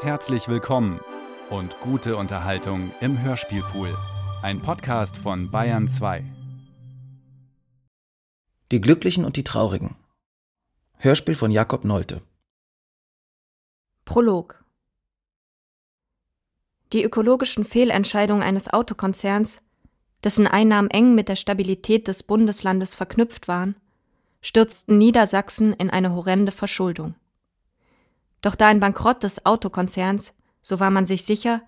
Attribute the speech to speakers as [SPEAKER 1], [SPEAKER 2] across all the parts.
[SPEAKER 1] Herzlich willkommen und gute Unterhaltung im Hörspielpool. Ein Podcast von Bayern 2.
[SPEAKER 2] Die Glücklichen und die Traurigen. Hörspiel von Jakob Nolte.
[SPEAKER 3] Prolog. Die ökologischen Fehlentscheidungen eines Autokonzerns, dessen Einnahmen eng mit der Stabilität des Bundeslandes verknüpft waren, stürzten Niedersachsen in eine horrende Verschuldung. Doch da ein Bankrott des Autokonzerns, so war man sich sicher,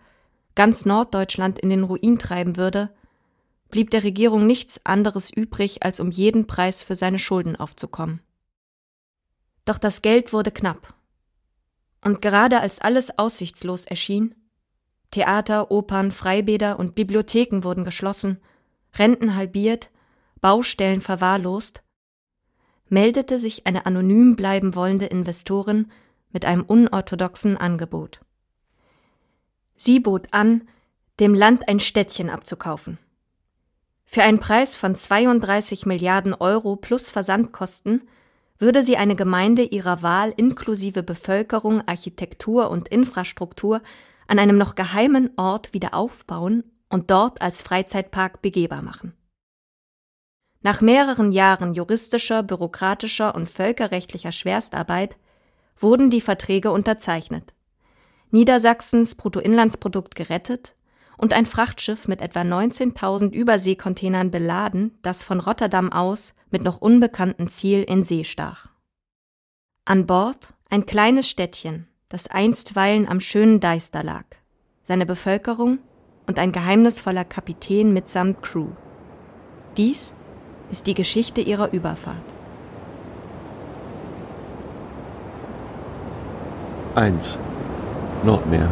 [SPEAKER 3] ganz Norddeutschland in den Ruin treiben würde, blieb der Regierung nichts anderes übrig, als um jeden Preis für seine Schulden aufzukommen. Doch das Geld wurde knapp. Und gerade als alles aussichtslos erschien, Theater, Opern, Freibäder und Bibliotheken wurden geschlossen, Renten halbiert, Baustellen verwahrlost, meldete sich eine anonym bleiben wollende Investorin mit einem unorthodoxen Angebot. Sie bot an, dem Land ein Städtchen abzukaufen. Für einen Preis von 32 Milliarden Euro plus Versandkosten würde sie eine Gemeinde ihrer Wahl inklusive Bevölkerung, Architektur und Infrastruktur an einem noch geheimen Ort wieder aufbauen und dort als Freizeitpark begehbar machen. Nach mehreren Jahren juristischer, bürokratischer und völkerrechtlicher Schwerstarbeit wurden die Verträge unterzeichnet. Niedersachsens Bruttoinlandsprodukt gerettet und ein Frachtschiff mit etwa 19.000 Überseekontainern beladen, das von Rotterdam aus mit noch unbekanntem Ziel in See stach. An Bord ein kleines Städtchen, das einstweilen am schönen Deister lag, seine Bevölkerung und ein geheimnisvoller Kapitän mitsamt Crew. Dies ist die Geschichte ihrer Überfahrt.
[SPEAKER 4] 1. Nordmeer.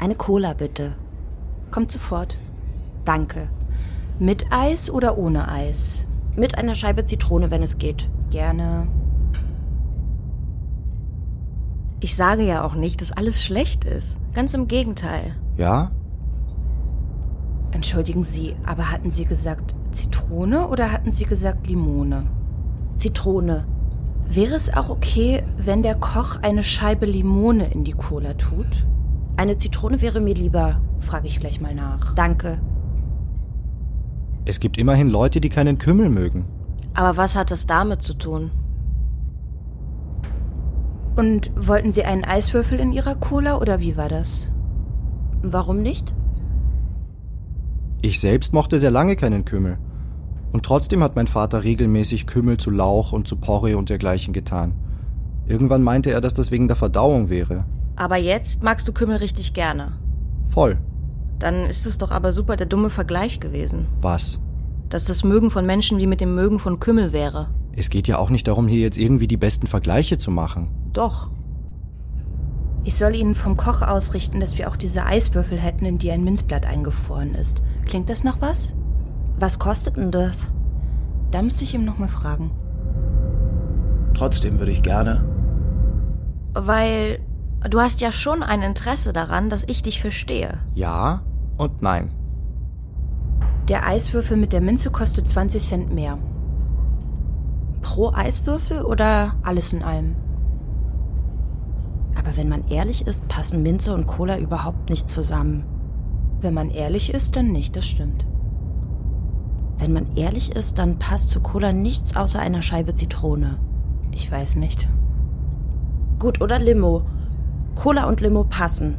[SPEAKER 5] Eine Cola bitte.
[SPEAKER 6] Kommt sofort.
[SPEAKER 5] Danke.
[SPEAKER 6] Mit Eis oder ohne Eis?
[SPEAKER 5] Mit einer Scheibe Zitrone, wenn es geht.
[SPEAKER 6] Gerne.
[SPEAKER 5] Ich sage ja auch nicht, dass alles schlecht ist. Ganz im Gegenteil.
[SPEAKER 2] Ja?
[SPEAKER 6] Entschuldigen Sie, aber hatten Sie gesagt Zitrone oder hatten Sie gesagt Limone?
[SPEAKER 5] Zitrone.
[SPEAKER 6] Wäre es auch okay, wenn der Koch eine Scheibe Limone in die Cola tut?
[SPEAKER 5] Eine Zitrone wäre mir lieber.
[SPEAKER 6] Frage ich gleich mal nach.
[SPEAKER 5] Danke.
[SPEAKER 7] Es gibt immerhin Leute, die keinen Kümmel mögen.
[SPEAKER 5] Aber was hat das damit zu tun?
[SPEAKER 6] Und wollten Sie einen Eiswürfel in Ihrer Cola oder wie war das?
[SPEAKER 5] Warum nicht?
[SPEAKER 7] Ich selbst mochte sehr lange keinen Kümmel. Und trotzdem hat mein Vater regelmäßig Kümmel zu Lauch und zu Porree und dergleichen getan. Irgendwann meinte er, dass das wegen der Verdauung wäre.
[SPEAKER 5] Aber jetzt magst du Kümmel richtig gerne.
[SPEAKER 7] Voll.
[SPEAKER 5] Dann ist es doch aber super der dumme Vergleich gewesen.
[SPEAKER 7] Was?
[SPEAKER 5] Dass das Mögen von Menschen wie mit dem Mögen von Kümmel wäre.
[SPEAKER 7] Es geht ja auch nicht darum, hier jetzt irgendwie die besten Vergleiche zu machen.
[SPEAKER 5] Doch.
[SPEAKER 6] Ich soll Ihnen vom Koch ausrichten, dass wir auch diese Eiswürfel hätten, in die ein Minzblatt eingefroren ist. Klingt das noch was?
[SPEAKER 5] Was kostet denn das?
[SPEAKER 6] Da müsste ich ihm nochmal fragen.
[SPEAKER 2] Trotzdem würde ich gerne.
[SPEAKER 5] Weil Du hast ja schon ein Interesse daran, dass ich dich verstehe.
[SPEAKER 7] Ja und nein.
[SPEAKER 6] Der Eiswürfel mit der Minze kostet 20 Cent mehr.
[SPEAKER 5] Pro Eiswürfel oder
[SPEAKER 6] alles in allem?
[SPEAKER 5] Aber wenn man ehrlich ist, passen Minze und Cola überhaupt nicht zusammen.
[SPEAKER 6] Wenn man ehrlich ist, dann nicht, das stimmt.
[SPEAKER 5] Wenn man ehrlich ist, dann passt zu Cola nichts außer einer Scheibe Zitrone.
[SPEAKER 6] Ich weiß nicht.
[SPEAKER 5] Gut, oder Limo. Cola und Limo passen.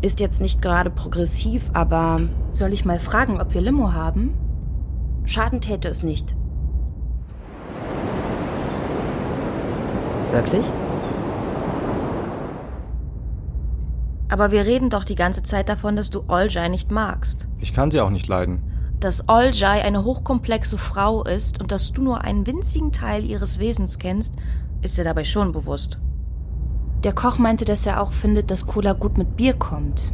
[SPEAKER 5] Ist jetzt nicht gerade progressiv, aber.
[SPEAKER 6] Soll ich mal fragen, ob wir Limo haben?
[SPEAKER 5] Schaden täte es nicht.
[SPEAKER 2] Wirklich?
[SPEAKER 5] Aber wir reden doch die ganze Zeit davon, dass du Oljai nicht magst.
[SPEAKER 7] Ich kann sie auch nicht leiden.
[SPEAKER 5] Dass Oljai eine hochkomplexe Frau ist und dass du nur einen winzigen Teil ihres Wesens kennst, ist dir dabei schon bewusst.
[SPEAKER 6] Der Koch meinte, dass er auch findet, dass Cola gut mit Bier kommt.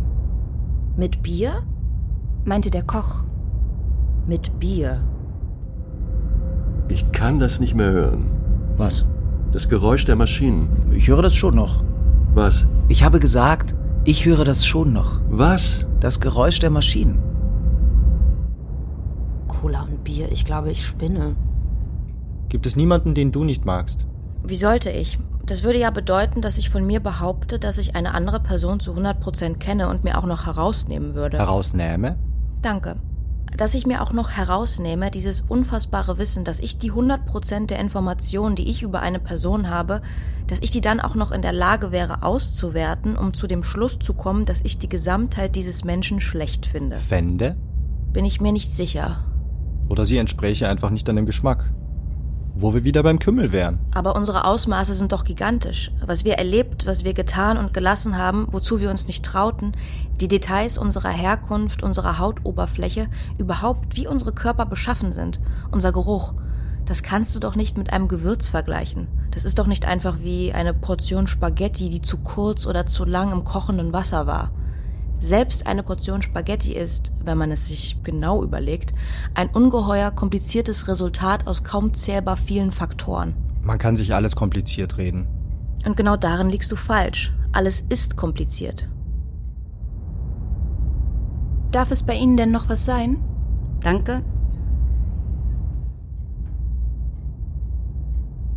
[SPEAKER 5] Mit Bier?
[SPEAKER 6] meinte der Koch.
[SPEAKER 5] Mit Bier.
[SPEAKER 4] Ich kann das nicht mehr hören.
[SPEAKER 2] Was?
[SPEAKER 4] Das Geräusch der Maschinen.
[SPEAKER 2] Ich höre das schon noch.
[SPEAKER 4] Was?
[SPEAKER 2] Ich habe gesagt, ich höre das schon noch.
[SPEAKER 4] Was?
[SPEAKER 2] Das Geräusch der Maschinen.
[SPEAKER 5] Cola und Bier, ich glaube, ich spinne.
[SPEAKER 7] Gibt es niemanden, den du nicht magst?
[SPEAKER 5] Wie sollte ich? Das würde ja bedeuten, dass ich von mir behaupte, dass ich eine andere Person zu 100% kenne und mir auch noch herausnehmen würde.
[SPEAKER 7] Herausnähme?
[SPEAKER 5] Danke. Dass ich mir auch noch herausnehme, dieses unfassbare Wissen, dass ich die 100% der Informationen, die ich über eine Person habe, dass ich die dann auch noch in der Lage wäre auszuwerten, um zu dem Schluss zu kommen, dass ich die Gesamtheit dieses Menschen schlecht finde.
[SPEAKER 7] Fände?
[SPEAKER 5] Bin ich mir nicht sicher.
[SPEAKER 7] Oder sie entspräche einfach nicht deinem Geschmack? Wo wir wieder beim Kümmel wären.
[SPEAKER 5] Aber unsere Ausmaße sind doch gigantisch. Was wir erlebt, was wir getan und gelassen haben, wozu wir uns nicht trauten, die Details unserer Herkunft, unserer Hautoberfläche, überhaupt wie unsere Körper beschaffen sind, unser Geruch. Das kannst du doch nicht mit einem Gewürz vergleichen. Das ist doch nicht einfach wie eine Portion Spaghetti, die zu kurz oder zu lang im kochenden Wasser war. Selbst eine Portion Spaghetti ist, wenn man es sich genau überlegt, ein ungeheuer kompliziertes Resultat aus kaum zählbar vielen Faktoren.
[SPEAKER 7] Man kann sich alles kompliziert reden.
[SPEAKER 5] Und genau darin liegst du falsch. Alles ist kompliziert.
[SPEAKER 6] Darf es bei Ihnen denn noch was sein?
[SPEAKER 8] Danke.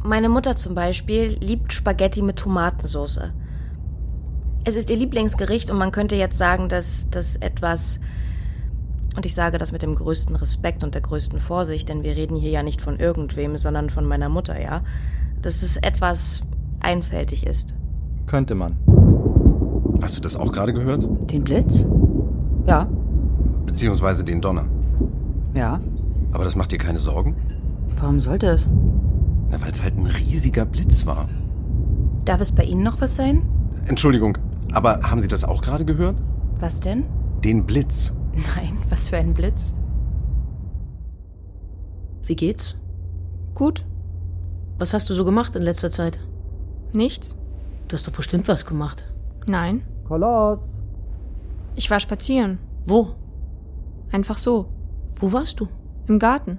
[SPEAKER 5] Meine Mutter zum Beispiel liebt Spaghetti mit Tomatensauce. Es ist ihr Lieblingsgericht und man könnte jetzt sagen, dass das etwas. Und ich sage das mit dem größten Respekt und der größten Vorsicht, denn wir reden hier ja nicht von irgendwem, sondern von meiner Mutter, ja. Dass es etwas einfältig ist.
[SPEAKER 7] Könnte man.
[SPEAKER 9] Hast du das auch gerade gehört?
[SPEAKER 8] Den Blitz? Ja,
[SPEAKER 9] Beziehungsweise den Donner.
[SPEAKER 8] ja.
[SPEAKER 9] Aber das macht dir keine Sorgen?
[SPEAKER 8] Warum sollte es?
[SPEAKER 9] Na, weil es halt ein riesiger Blitz war.
[SPEAKER 6] Darf es bei Ihnen noch was sein?
[SPEAKER 9] Entschuldigung, aber haben Sie das auch gerade gehört?
[SPEAKER 6] Was denn?
[SPEAKER 9] Den Blitz.
[SPEAKER 6] Nein, was für ein Blitz.
[SPEAKER 8] Wie geht's?
[SPEAKER 3] Gut?
[SPEAKER 8] Was hast du so gemacht in letzter Zeit?
[SPEAKER 3] Nichts?
[SPEAKER 8] Du hast doch bestimmt was gemacht.
[SPEAKER 3] Nein.
[SPEAKER 7] Koloss!
[SPEAKER 3] Ich war spazieren.
[SPEAKER 8] Wo?
[SPEAKER 3] Einfach so.
[SPEAKER 8] Wo warst du?
[SPEAKER 3] Im Garten.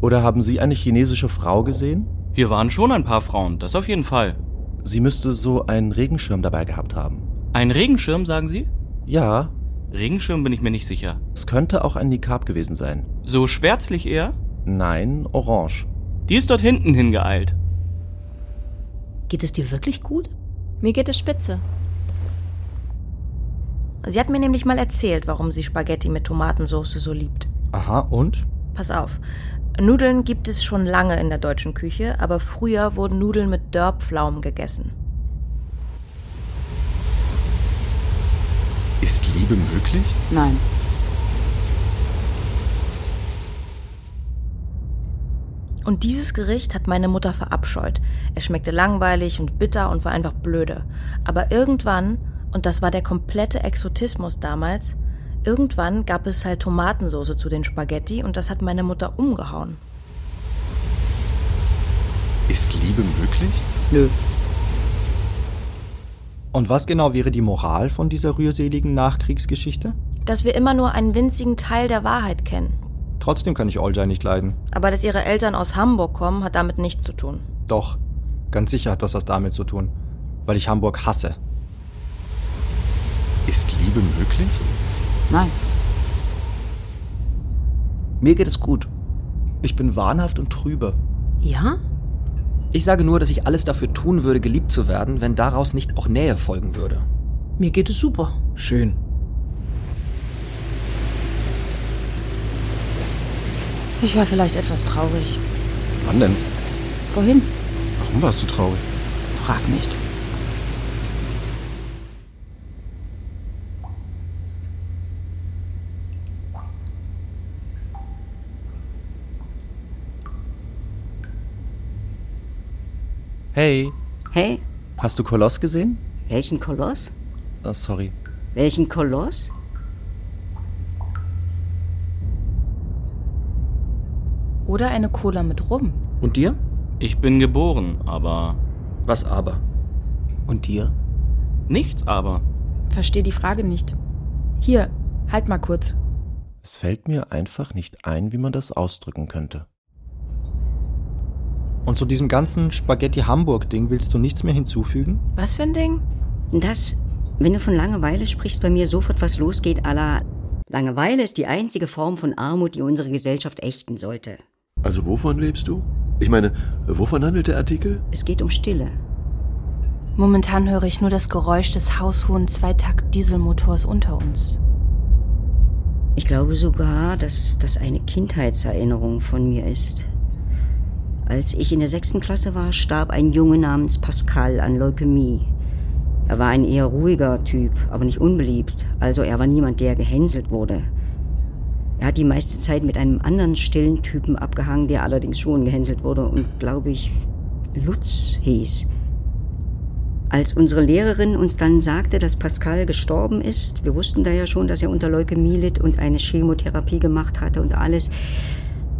[SPEAKER 10] Oder haben Sie eine chinesische Frau gesehen?
[SPEAKER 11] Hier waren schon ein paar Frauen, das auf jeden Fall.
[SPEAKER 10] Sie müsste so einen Regenschirm dabei gehabt haben.
[SPEAKER 11] Ein Regenschirm, sagen Sie?
[SPEAKER 10] Ja,
[SPEAKER 11] Regenschirm bin ich mir nicht sicher.
[SPEAKER 10] es könnte auch ein Nikab gewesen sein.
[SPEAKER 11] So schwärzlich eher?
[SPEAKER 10] Nein, orange.
[SPEAKER 11] Die ist dort hinten hingeeilt.
[SPEAKER 8] Geht es dir wirklich gut?
[SPEAKER 3] Mir geht es spitze.
[SPEAKER 5] Sie hat mir nämlich mal erzählt, warum sie Spaghetti mit Tomatensauce so liebt.
[SPEAKER 7] Aha, und?
[SPEAKER 5] Pass auf. Nudeln gibt es schon lange in der deutschen Küche, aber früher wurden Nudeln mit Dörrpflaumen gegessen.
[SPEAKER 9] Ist Liebe möglich?
[SPEAKER 8] Nein.
[SPEAKER 5] Und dieses Gericht hat meine Mutter verabscheut. Es schmeckte langweilig und bitter und war einfach blöde. Aber irgendwann, und das war der komplette Exotismus damals, irgendwann gab es halt Tomatensauce zu den Spaghetti und das hat meine Mutter umgehauen.
[SPEAKER 9] Ist Liebe möglich?
[SPEAKER 8] Nö.
[SPEAKER 7] Und was genau wäre die Moral von dieser rührseligen Nachkriegsgeschichte?
[SPEAKER 5] Dass wir immer nur einen winzigen Teil der Wahrheit kennen.
[SPEAKER 7] Trotzdem kann ich Olja nicht leiden.
[SPEAKER 5] Aber dass ihre Eltern aus Hamburg kommen, hat damit nichts zu tun.
[SPEAKER 7] Doch, ganz sicher hat das was damit zu tun. Weil ich Hamburg hasse.
[SPEAKER 9] Ist Liebe möglich?
[SPEAKER 8] Nein.
[SPEAKER 2] Mir geht es gut. Ich bin wahnhaft und trübe.
[SPEAKER 8] Ja?
[SPEAKER 12] Ich sage nur, dass ich alles dafür tun würde, geliebt zu werden, wenn daraus nicht auch Nähe folgen würde.
[SPEAKER 8] Mir geht es super.
[SPEAKER 2] Schön.
[SPEAKER 8] Ich war vielleicht etwas traurig.
[SPEAKER 9] Wann denn?
[SPEAKER 8] Vorhin?
[SPEAKER 9] Warum warst du traurig?
[SPEAKER 8] Frag nicht.
[SPEAKER 10] Hey,
[SPEAKER 8] Hey,
[SPEAKER 10] hast du Koloss gesehen?
[SPEAKER 8] welchen Koloss?
[SPEAKER 10] Ah, sorry.
[SPEAKER 8] Welchen Koloss?
[SPEAKER 6] Oder eine Cola mit Rum.
[SPEAKER 12] Und dir?
[SPEAKER 11] Ich bin geboren, aber.
[SPEAKER 12] Was aber?
[SPEAKER 2] Und dir?
[SPEAKER 11] Nichts aber.
[SPEAKER 13] Verstehe die Frage nicht. Hier, halt mal kurz.
[SPEAKER 10] Es fällt mir einfach nicht ein, wie man das ausdrücken könnte.
[SPEAKER 7] Und zu diesem ganzen Spaghetti-Hamburg-Ding willst du nichts mehr hinzufügen?
[SPEAKER 5] Was für ein Ding?
[SPEAKER 8] Das, wenn du von Langeweile sprichst, bei mir sofort was losgeht, à la Langeweile ist die einzige Form von Armut, die unsere Gesellschaft ächten sollte.
[SPEAKER 4] Also wovon lebst du? Ich meine, wovon handelt der Artikel?
[SPEAKER 8] Es geht um Stille.
[SPEAKER 6] Momentan höre ich nur das Geräusch des haushohen Zweitakt-Dieselmotors unter uns.
[SPEAKER 8] Ich glaube sogar, dass das eine Kindheitserinnerung von mir ist. Als ich in der sechsten Klasse war, starb ein Junge namens Pascal an Leukämie. Er war ein eher ruhiger Typ, aber nicht unbeliebt. Also er war niemand, der gehänselt wurde. Er hat die meiste Zeit mit einem anderen stillen Typen abgehangen, der allerdings schon gehänselt wurde und, glaube ich, Lutz hieß. Als unsere Lehrerin uns dann sagte, dass Pascal gestorben ist, wir wussten da ja schon, dass er unter Leukämie litt und eine Chemotherapie gemacht hatte und alles,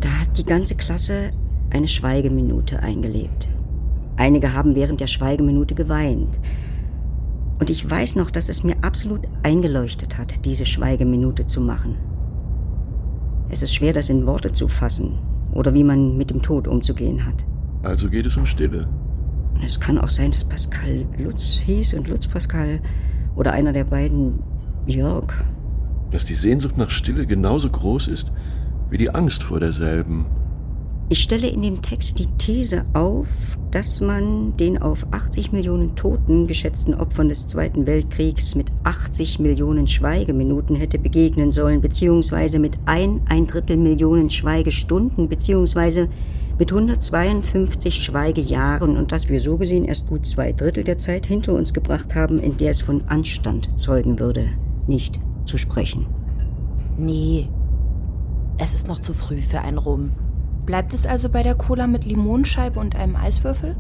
[SPEAKER 8] da hat die ganze Klasse eine Schweigeminute eingelegt. Einige haben während der Schweigeminute geweint. Und ich weiß noch, dass es mir absolut eingeleuchtet hat, diese Schweigeminute zu machen. Es ist schwer, das in Worte zu fassen oder wie man mit dem Tod umzugehen hat.
[SPEAKER 4] Also geht es um Stille.
[SPEAKER 8] Und es kann auch sein, dass Pascal Lutz hieß und Lutz Pascal oder einer der beiden Jörg.
[SPEAKER 4] Dass die Sehnsucht nach Stille genauso groß ist wie die Angst vor derselben.
[SPEAKER 8] Ich stelle in dem Text die These auf, dass man den auf 80 Millionen Toten geschätzten Opfern des Zweiten Weltkriegs mit 80 Millionen Schweigeminuten hätte begegnen sollen, beziehungsweise mit ein, ein Drittel Millionen Schweigestunden, beziehungsweise mit 152 Schweigejahren und dass wir so gesehen erst gut zwei Drittel der Zeit hinter uns gebracht haben, in der es von Anstand zeugen würde, nicht zu sprechen.
[SPEAKER 14] Nee, es ist noch zu früh für einen Rum.
[SPEAKER 6] Bleibt es also bei der Cola mit Limonscheibe und einem Eiswürfel?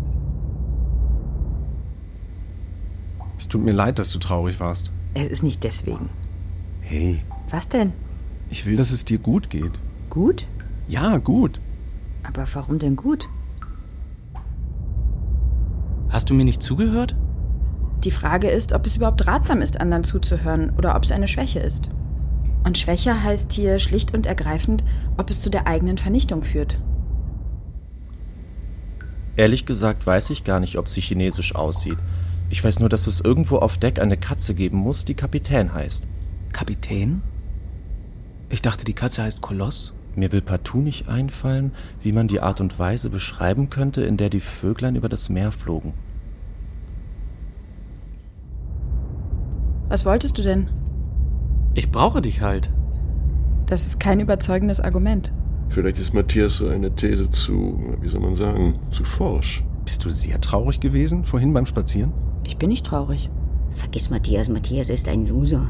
[SPEAKER 9] Es tut mir leid, dass du traurig warst.
[SPEAKER 15] Es ist nicht deswegen.
[SPEAKER 9] Hey,
[SPEAKER 15] Was denn?
[SPEAKER 9] ich will, dass es dir gut geht.
[SPEAKER 15] Gut?
[SPEAKER 9] Ja, gut.
[SPEAKER 15] Aber warum denn gut?
[SPEAKER 11] Hast du mir nicht zugehört?
[SPEAKER 13] Die Frage ist, ob es überhaupt ratsam ist, anderen zuzuhören oder ob es eine Schwäche ist. Und Schwäche heißt hier schlicht und ergreifend, ob es zu der eigenen Vernichtung führt.
[SPEAKER 10] Ehrlich gesagt weiß ich gar nicht, ob sie chinesisch aussieht. Ich weiß nur, dass es irgendwo auf Deck eine Katze geben muss, die Kapitän heißt.
[SPEAKER 16] Kapitän? Ich dachte, die Katze heißt Koloss.
[SPEAKER 10] Mir will partout nicht einfallen, wie man die Art und Weise beschreiben könnte, in der die Vöglein über das Meer flogen.
[SPEAKER 13] Was wolltest du denn?
[SPEAKER 11] Ich brauche dich halt.
[SPEAKER 13] Das ist kein überzeugendes Argument.
[SPEAKER 4] Vielleicht ist Matthias so eine These zu, wie soll man sagen, zu forsch.
[SPEAKER 9] Bist du sehr traurig gewesen vorhin beim Spazieren?
[SPEAKER 15] Ich bin nicht traurig.
[SPEAKER 8] Vergiss Matthias, Matthias ist ein Loser.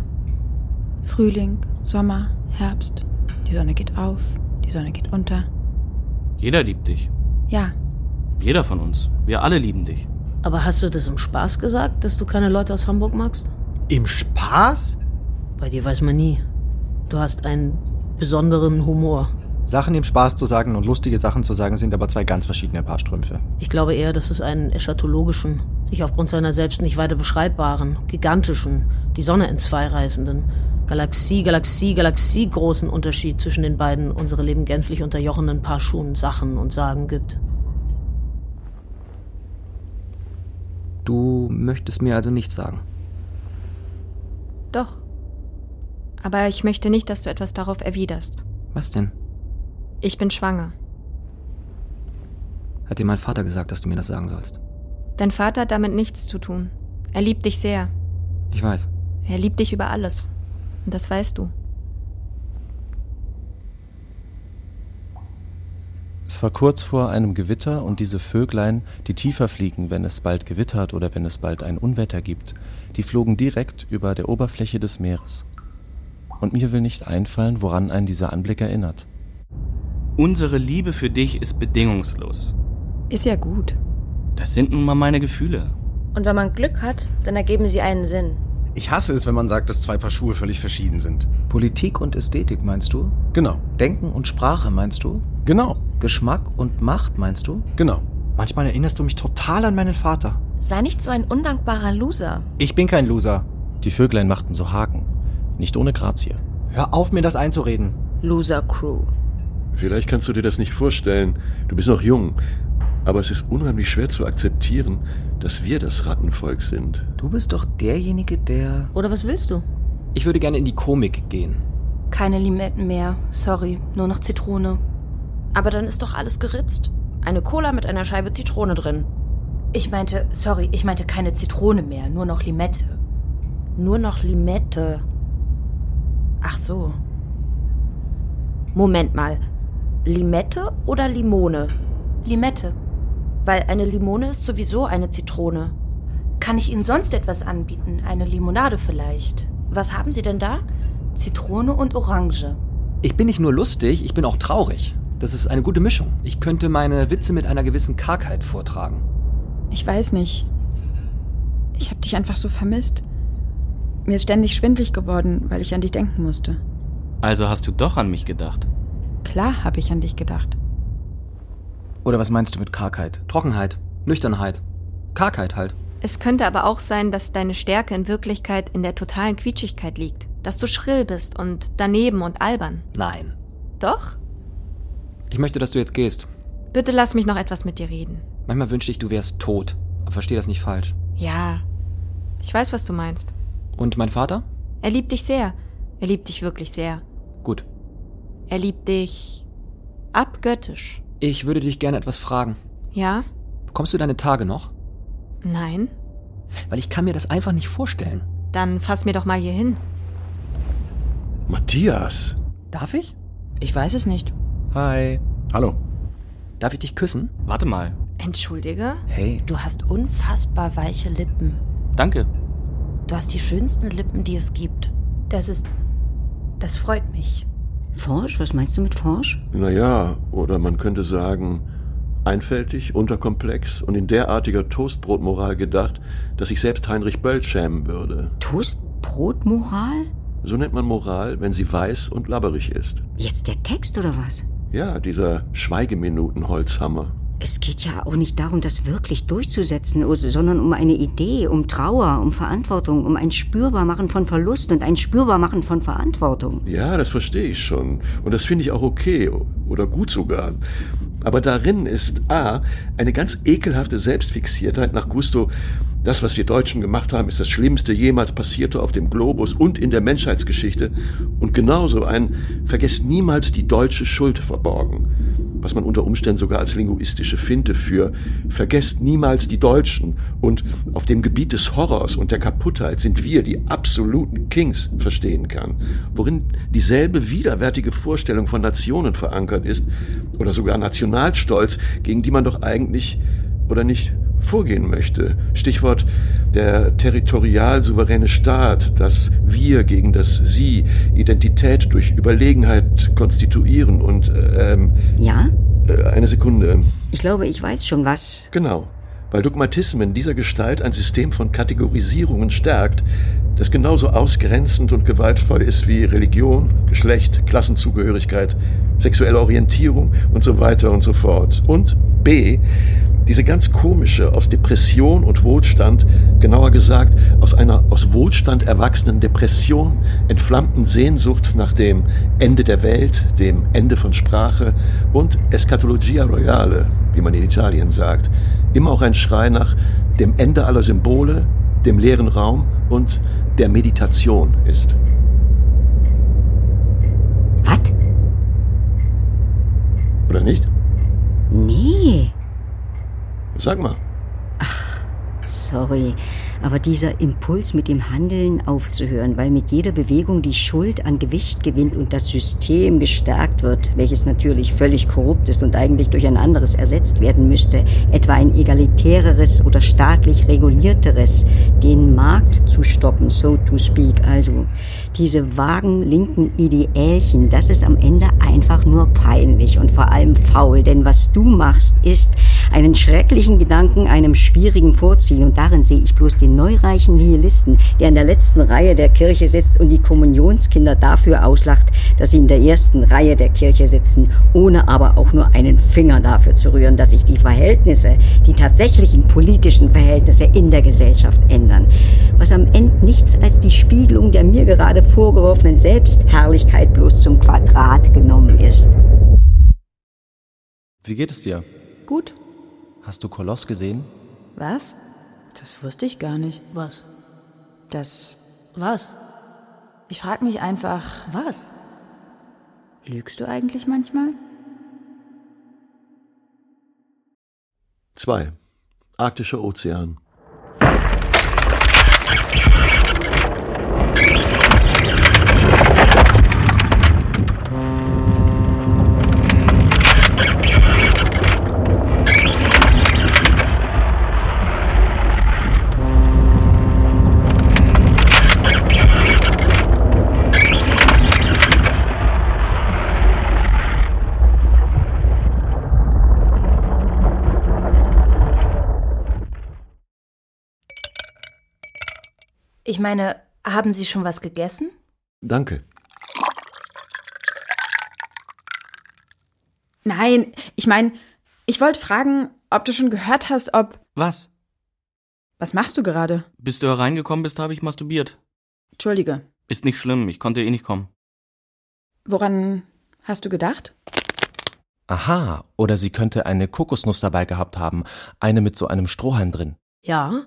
[SPEAKER 13] Frühling, Sommer, Herbst. Die Sonne geht auf, die Sonne geht unter.
[SPEAKER 11] Jeder liebt dich.
[SPEAKER 13] Ja,
[SPEAKER 11] Jeder von uns. Wir alle lieben dich.
[SPEAKER 17] Aber hast du das im Spaß gesagt, dass du keine Leute aus Hamburg magst?
[SPEAKER 16] Im Spaß?
[SPEAKER 17] Bei dir weiß man nie. Du hast einen besonderen Humor.
[SPEAKER 7] Sachen im Spaß zu sagen und lustige Sachen zu sagen sind aber zwei ganz verschiedene Paar Strümpfe.
[SPEAKER 17] Ich glaube eher, dass es einen eschatologischen, sich aufgrund seiner selbst nicht weiter beschreibbaren, gigantischen, die Sonne in zwei reißenden, Galaxie, Galaxie, Galaxie großen Unterschied zwischen den beiden unsere Leben gänzlich unterjochenen Paar Schuhen, Sachen und Sagen gibt.
[SPEAKER 12] Du möchtest mir also nichts sagen.
[SPEAKER 3] Doch. Aber ich möchte nicht, dass du etwas darauf erwiderst.
[SPEAKER 12] Was denn?
[SPEAKER 3] Ich bin schwanger.
[SPEAKER 12] Hat dir mein Vater gesagt, dass du mir das sagen sollst?
[SPEAKER 3] Dein Vater hat damit nichts zu tun. Er liebt dich sehr.
[SPEAKER 12] Ich weiß.
[SPEAKER 3] Er liebt dich über alles. Und das weißt du.
[SPEAKER 10] Es war kurz vor einem Gewitter und diese Vöglein, die tiefer fliegen, wenn es bald gewittert oder wenn es bald ein Unwetter gibt, die flogen direkt über der Oberfläche des Meeres. Und mir will nicht einfallen, woran einen dieser Anblick erinnert.
[SPEAKER 11] Unsere Liebe für dich ist bedingungslos.
[SPEAKER 13] ist ja gut.
[SPEAKER 11] Das sind nun mal meine Gefühle.
[SPEAKER 5] Und wenn man Glück hat, dann ergeben sie einen Sinn.
[SPEAKER 9] Ich hasse es, wenn man sagt, dass zwei Paar Schuhe völlig verschieden sind.
[SPEAKER 16] Politik und Ästhetik meinst du?
[SPEAKER 9] Genau.
[SPEAKER 16] Denken und Sprache meinst du?
[SPEAKER 9] Genau.
[SPEAKER 16] Geschmack und Macht meinst du?
[SPEAKER 9] Genau.
[SPEAKER 7] Manchmal erinnerst du mich total an meinen Vater.
[SPEAKER 5] Sei nicht so ein undankbarer Loser.
[SPEAKER 7] Ich bin kein Loser.
[SPEAKER 10] Die Vöglein machten so Haken, nicht ohne Grazie.
[SPEAKER 7] Hör auf, mir das einzureden.
[SPEAKER 5] Loser Crew.
[SPEAKER 4] Vielleicht kannst du dir das nicht vorstellen. Du bist noch jung. Aber es ist unheimlich schwer zu akzeptieren, dass wir das Rattenvolk sind.
[SPEAKER 16] Du bist doch derjenige, der.
[SPEAKER 17] Oder was willst du?
[SPEAKER 12] Ich würde gerne in die Komik gehen.
[SPEAKER 6] Keine Limetten mehr. Sorry, nur noch Zitrone.
[SPEAKER 14] Aber dann ist doch alles geritzt. Eine Cola mit einer Scheibe Zitrone drin.
[SPEAKER 6] Ich meinte, sorry, ich meinte keine Zitrone mehr, nur noch Limette.
[SPEAKER 14] Nur noch Limette. Ach so. Moment mal. Limette oder Limone?
[SPEAKER 6] Limette.
[SPEAKER 14] Weil eine Limone ist sowieso eine Zitrone.
[SPEAKER 6] Kann ich Ihnen sonst etwas anbieten? Eine Limonade vielleicht?
[SPEAKER 14] Was haben Sie denn da?
[SPEAKER 6] Zitrone und Orange.
[SPEAKER 12] Ich bin nicht nur lustig, ich bin auch traurig. Das ist eine gute Mischung. Ich könnte meine Witze mit einer gewissen Kargheit vortragen.
[SPEAKER 13] Ich weiß nicht. Ich hab dich einfach so vermisst. Mir ist ständig schwindlig geworden, weil ich an dich denken musste.
[SPEAKER 11] Also hast du doch an mich gedacht.
[SPEAKER 13] Klar habe ich an dich gedacht.
[SPEAKER 12] Oder was meinst du mit Kargheit? Trockenheit, Nüchternheit, Kargheit halt.
[SPEAKER 3] Es könnte aber auch sein, dass deine Stärke in Wirklichkeit in der totalen Quietschigkeit liegt. Dass du schrill bist und daneben und albern.
[SPEAKER 12] Nein.
[SPEAKER 3] Doch?
[SPEAKER 12] Ich möchte, dass du jetzt gehst.
[SPEAKER 3] Bitte lass mich noch etwas mit dir reden.
[SPEAKER 12] Manchmal wünschte ich, du wärst tot. Aber verstehe das nicht falsch.
[SPEAKER 3] Ja. Ich weiß, was du meinst.
[SPEAKER 12] Und mein Vater?
[SPEAKER 3] Er liebt dich sehr. Er liebt dich wirklich sehr.
[SPEAKER 12] Gut.
[SPEAKER 3] Er liebt dich abgöttisch.
[SPEAKER 12] Ich würde dich gerne etwas fragen.
[SPEAKER 3] Ja?
[SPEAKER 12] Bekommst du deine Tage noch?
[SPEAKER 3] Nein.
[SPEAKER 12] Weil ich kann mir das einfach nicht vorstellen.
[SPEAKER 3] Dann fass mir doch mal hier hin.
[SPEAKER 4] Matthias!
[SPEAKER 15] Darf ich? Ich weiß es nicht.
[SPEAKER 10] Hi.
[SPEAKER 9] Hallo.
[SPEAKER 12] Darf ich dich küssen?
[SPEAKER 11] Warte mal.
[SPEAKER 14] Entschuldige?
[SPEAKER 10] Hey.
[SPEAKER 14] Du hast unfassbar weiche Lippen.
[SPEAKER 11] Danke.
[SPEAKER 14] Du hast die schönsten Lippen, die es gibt.
[SPEAKER 6] Das ist. Das freut mich.
[SPEAKER 8] Forsch? Was meinst du mit forsch?
[SPEAKER 4] Naja, oder man könnte sagen, einfältig, unterkomplex und in derartiger Toastbrotmoral gedacht, dass sich selbst Heinrich Böll schämen würde.
[SPEAKER 8] Toastbrotmoral?
[SPEAKER 4] So nennt man Moral, wenn sie weiß und labberig ist.
[SPEAKER 8] Jetzt der Text oder was?
[SPEAKER 4] Ja, dieser Schweigeminuten-Holzhammer.
[SPEAKER 8] Es geht ja auch nicht darum, das wirklich durchzusetzen, sondern um eine Idee, um Trauer, um Verantwortung, um ein Spürbarmachen von Verlust und ein Spürbarmachen von Verantwortung.
[SPEAKER 4] Ja, das verstehe ich schon. Und das finde ich auch okay oder gut sogar. Aber darin ist A, eine ganz ekelhafte Selbstfixiertheit nach Gusto. Das, was wir Deutschen gemacht haben, ist das Schlimmste jemals passierte auf dem Globus und in der Menschheitsgeschichte. Und genauso ein Vergesst niemals die deutsche Schuld verborgen. Was man unter Umständen sogar als linguistische Finte für Vergesst niemals die Deutschen und auf dem Gebiet des Horrors und der Kaputtheit sind wir die absoluten Kings verstehen kann. Worin dieselbe widerwärtige Vorstellung von Nationen verankert ist oder sogar Nationalität. Nationalstolz, gegen die man doch eigentlich oder nicht vorgehen möchte. Stichwort der territorial souveräne Staat, das Wir gegen das Sie, Identität durch Überlegenheit konstituieren und ähm,
[SPEAKER 8] Ja?
[SPEAKER 4] äh, eine Sekunde.
[SPEAKER 8] Ich glaube, ich weiß schon was.
[SPEAKER 4] Genau, weil Dogmatismen dieser Gestalt ein System von Kategorisierungen stärkt, das genauso ausgrenzend und gewaltvoll ist wie Religion, Geschlecht, Klassenzugehörigkeit, sexuelle Orientierung und so weiter und so fort. Und B, diese ganz komische aus Depression und Wohlstand, genauer gesagt aus einer aus Wohlstand erwachsenen Depression, entflammten Sehnsucht nach dem Ende der Welt, dem Ende von Sprache und Eschatologia Royale, wie man in Italien sagt, immer auch ein Schrei nach dem Ende aller Symbole, dem leeren Raum und der Meditation ist.
[SPEAKER 8] Was?
[SPEAKER 4] Oder nicht?
[SPEAKER 8] Nee.
[SPEAKER 4] Sag mal.
[SPEAKER 8] Sorry, aber dieser Impuls mit dem Handeln aufzuhören, weil mit jeder Bewegung die Schuld an Gewicht gewinnt und das System gestärkt wird, welches natürlich völlig korrupt ist und eigentlich durch ein anderes ersetzt werden müsste, etwa ein egalitäreres oder staatlich regulierteres, den Markt zu stoppen, so to speak. Also diese vagen linken Ideälchen, das ist am Ende einfach nur peinlich und vor allem faul, denn was du machst, ist einen schrecklichen Gedanken einem schwierigen vorziehen und darin sehe ich bloß den neureichen Nihilisten, der in der letzten Reihe der Kirche sitzt und die Kommunionskinder dafür auslacht, dass sie in der ersten Reihe der Kirche sitzen, ohne aber auch nur einen Finger dafür zu rühren, dass sich die Verhältnisse, die tatsächlichen politischen Verhältnisse in der Gesellschaft ändern, was am Ende nichts als die die Spiegelung der mir gerade vorgeworfenen Selbstherrlichkeit bloß zum Quadrat genommen ist.
[SPEAKER 10] Wie geht es dir?
[SPEAKER 15] Gut.
[SPEAKER 10] Hast du Koloss gesehen?
[SPEAKER 15] Was? Das wusste ich gar nicht.
[SPEAKER 17] Was?
[SPEAKER 15] Das.
[SPEAKER 17] Was?
[SPEAKER 15] Ich frage mich einfach,
[SPEAKER 17] was?
[SPEAKER 15] Lügst du eigentlich manchmal?
[SPEAKER 4] Zwei. Arktischer Ozean.
[SPEAKER 6] Ich meine, haben Sie schon was gegessen?
[SPEAKER 4] Danke.
[SPEAKER 13] Nein, ich meine, ich wollte fragen, ob du schon gehört hast, ob.
[SPEAKER 11] Was?
[SPEAKER 13] Was machst du gerade?
[SPEAKER 11] Bis du hereingekommen bist, habe ich masturbiert.
[SPEAKER 13] Entschuldige,
[SPEAKER 11] Ist nicht schlimm, ich konnte eh nicht kommen.
[SPEAKER 13] woran hast du gedacht?
[SPEAKER 10] Aha, oder sie könnte eine Kokosnuss dabei gehabt haben, eine mit so einem Strohhalm drin.
[SPEAKER 17] Ja,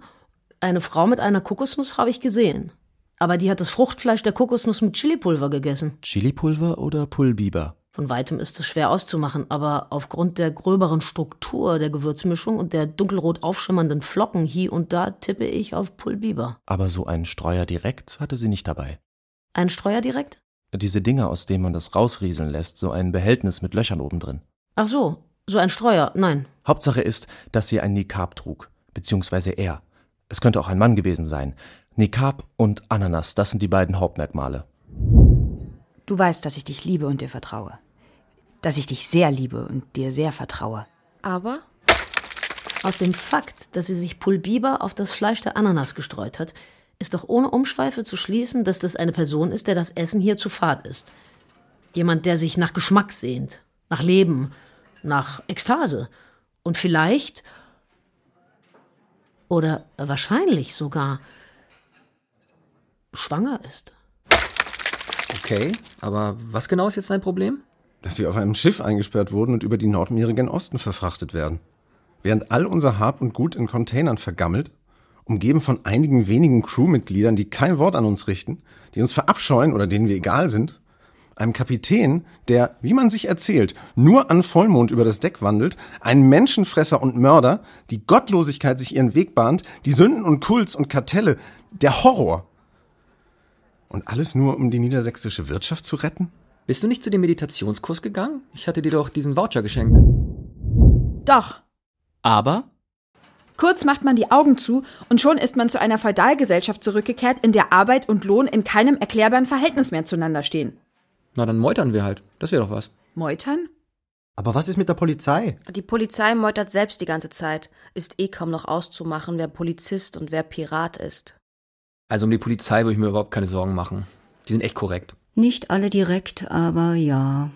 [SPEAKER 17] eine Frau mit einer Kokosnuss habe ich gesehen. Aber die hat das Fruchtfleisch der Kokosnuss mit Chilipulver gegessen.
[SPEAKER 10] Chilipulver oder Pulbiber?
[SPEAKER 17] Von weitem ist es schwer auszumachen, aber aufgrund der gröberen Struktur der Gewürzmischung und der dunkelrot aufschimmernden Flocken hier und da tippe ich auf Pulbiber.
[SPEAKER 10] Aber so einen Streuer direkt hatte sie nicht dabei.
[SPEAKER 17] Ein Streuer direkt?
[SPEAKER 10] Diese Dinger, aus denen man das rausrieseln lässt, so ein Behältnis mit Löchern oben drin.
[SPEAKER 17] Ach so, so ein Streuer, nein.
[SPEAKER 10] Hauptsache ist, dass sie ein Nikab trug, beziehungsweise er. Es könnte auch ein Mann gewesen sein. Nikab und Ananas, das sind die beiden Hauptmerkmale.
[SPEAKER 15] Du weißt, dass ich dich liebe und dir vertraue. Dass ich dich sehr liebe und dir sehr vertraue.
[SPEAKER 5] Aber?
[SPEAKER 17] Aus dem Fakt, dass sie sich Pulbiber auf das Fleisch der Ananas gestreut hat, ist doch ohne Umschweife zu schließen, dass das eine Person ist, der das Essen hier zu fad ist. Jemand, der sich nach Geschmack sehnt, nach Leben, nach Ekstase und vielleicht oder wahrscheinlich sogar schwanger ist.
[SPEAKER 12] Okay, aber was genau ist jetzt dein Problem?
[SPEAKER 9] Dass wir auf einem Schiff eingesperrt wurden und über die nordmeerigen Osten verfrachtet werden. Während all unser Hab und Gut in Containern vergammelt, umgeben von einigen wenigen Crewmitgliedern, die kein Wort an uns richten, die uns verabscheuen oder denen wir egal sind, einem Kapitän, der, wie man sich erzählt, nur an Vollmond über das Deck wandelt, einen Menschenfresser und Mörder, die Gottlosigkeit sich ihren Weg bahnt, die Sünden und Kults und Kartelle, der Horror. Und alles nur, um die niedersächsische Wirtschaft zu retten?
[SPEAKER 12] Bist du nicht zu dem Meditationskurs gegangen? Ich hatte dir doch diesen Voucher geschenkt.
[SPEAKER 13] Doch.
[SPEAKER 11] Aber?
[SPEAKER 13] Kurz macht man die Augen zu und schon ist man zu einer Feudalgesellschaft zurückgekehrt, in der Arbeit und Lohn in keinem erklärbaren Verhältnis mehr zueinander stehen.
[SPEAKER 12] Na, dann meutern wir halt. Das wäre doch was.
[SPEAKER 13] Meutern?
[SPEAKER 7] Aber was ist mit der Polizei?
[SPEAKER 5] Die Polizei meutert selbst die ganze Zeit. Ist eh kaum noch auszumachen, wer Polizist und wer Pirat ist.
[SPEAKER 12] Also um die Polizei würde ich mir überhaupt keine Sorgen machen. Die sind echt korrekt.
[SPEAKER 8] Nicht alle direkt, aber ja.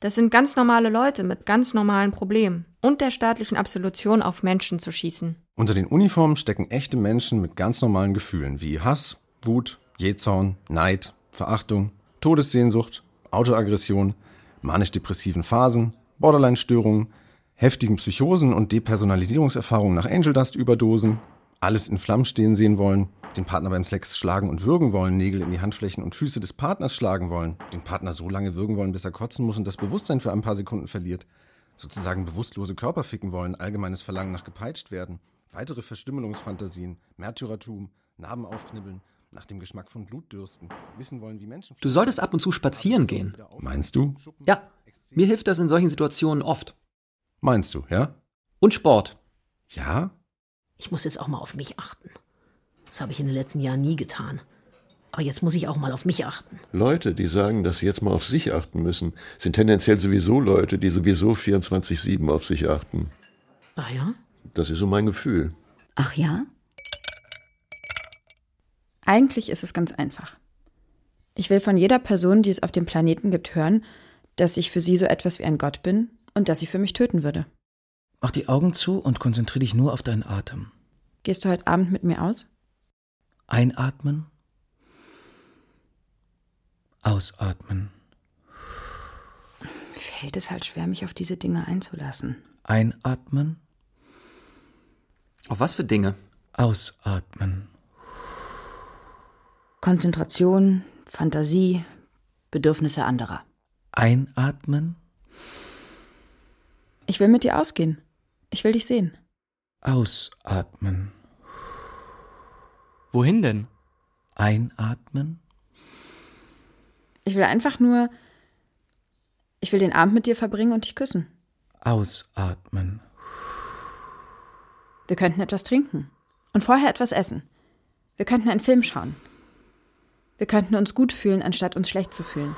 [SPEAKER 3] Das sind ganz normale Leute mit ganz normalen Problemen und der staatlichen Absolution auf Menschen zu schießen.
[SPEAKER 9] Unter den Uniformen stecken echte Menschen mit ganz normalen Gefühlen wie Hass, Wut, Jähzorn, Neid, Verachtung, Todessehnsucht, Autoaggression, manisch-depressiven Phasen, Borderline-Störungen, heftigen Psychosen und Depersonalisierungserfahrungen nach Angel Dust-Überdosen, alles in Flammen stehen sehen wollen, den Partner beim Sex schlagen und würgen wollen, Nägel in die Handflächen und Füße des Partners schlagen wollen, den Partner so lange würgen wollen, bis er kotzen muss und das Bewusstsein für ein paar Sekunden verliert, sozusagen bewusstlose Körper ficken wollen, allgemeines Verlangen nach gepeitscht werden, weitere Verstümmelungsfantasien, Märtyrertum, Narben aufknibbeln, nach dem Geschmack von Blut dürsten, wissen wollen, wie Menschen...
[SPEAKER 12] Du solltest ab und zu spazieren gehen.
[SPEAKER 9] Meinst du?
[SPEAKER 12] Ja, mir hilft das in solchen Situationen oft.
[SPEAKER 9] Meinst du, ja?
[SPEAKER 12] Und Sport.
[SPEAKER 9] Ja?
[SPEAKER 17] Ich muss jetzt auch mal auf mich achten. Das habe ich in den letzten Jahren nie getan. Aber jetzt muss ich auch mal auf mich achten.
[SPEAKER 4] Leute, die sagen, dass sie jetzt mal auf sich achten müssen, sind tendenziell sowieso Leute, die sowieso 24-7 auf sich achten.
[SPEAKER 17] Ach ja?
[SPEAKER 4] Das ist so mein Gefühl.
[SPEAKER 8] Ach ja?
[SPEAKER 13] Eigentlich ist es ganz einfach. Ich will von jeder Person, die es auf dem Planeten gibt, hören, dass ich für sie so etwas wie ein Gott bin und dass sie für mich töten würde.
[SPEAKER 2] Mach die Augen zu und konzentriere dich nur auf deinen Atem.
[SPEAKER 13] Gehst du heute Abend mit mir aus?
[SPEAKER 2] Einatmen Ausatmen.
[SPEAKER 13] Fällt es halt schwer, mich auf diese Dinge einzulassen.
[SPEAKER 2] Einatmen.
[SPEAKER 18] Auf was für Dinge?
[SPEAKER 2] Ausatmen.
[SPEAKER 15] Konzentration, Fantasie, Bedürfnisse anderer.
[SPEAKER 2] Einatmen.
[SPEAKER 13] Ich will mit dir ausgehen. Ich will dich sehen.
[SPEAKER 2] Ausatmen.
[SPEAKER 11] Wohin denn?
[SPEAKER 2] Einatmen.
[SPEAKER 13] Ich will einfach nur. Ich will den Abend mit dir verbringen und dich küssen.
[SPEAKER 2] Ausatmen.
[SPEAKER 13] Wir könnten etwas trinken. Und vorher etwas essen. Wir könnten einen Film schauen. Wir könnten uns gut fühlen, anstatt uns schlecht zu fühlen.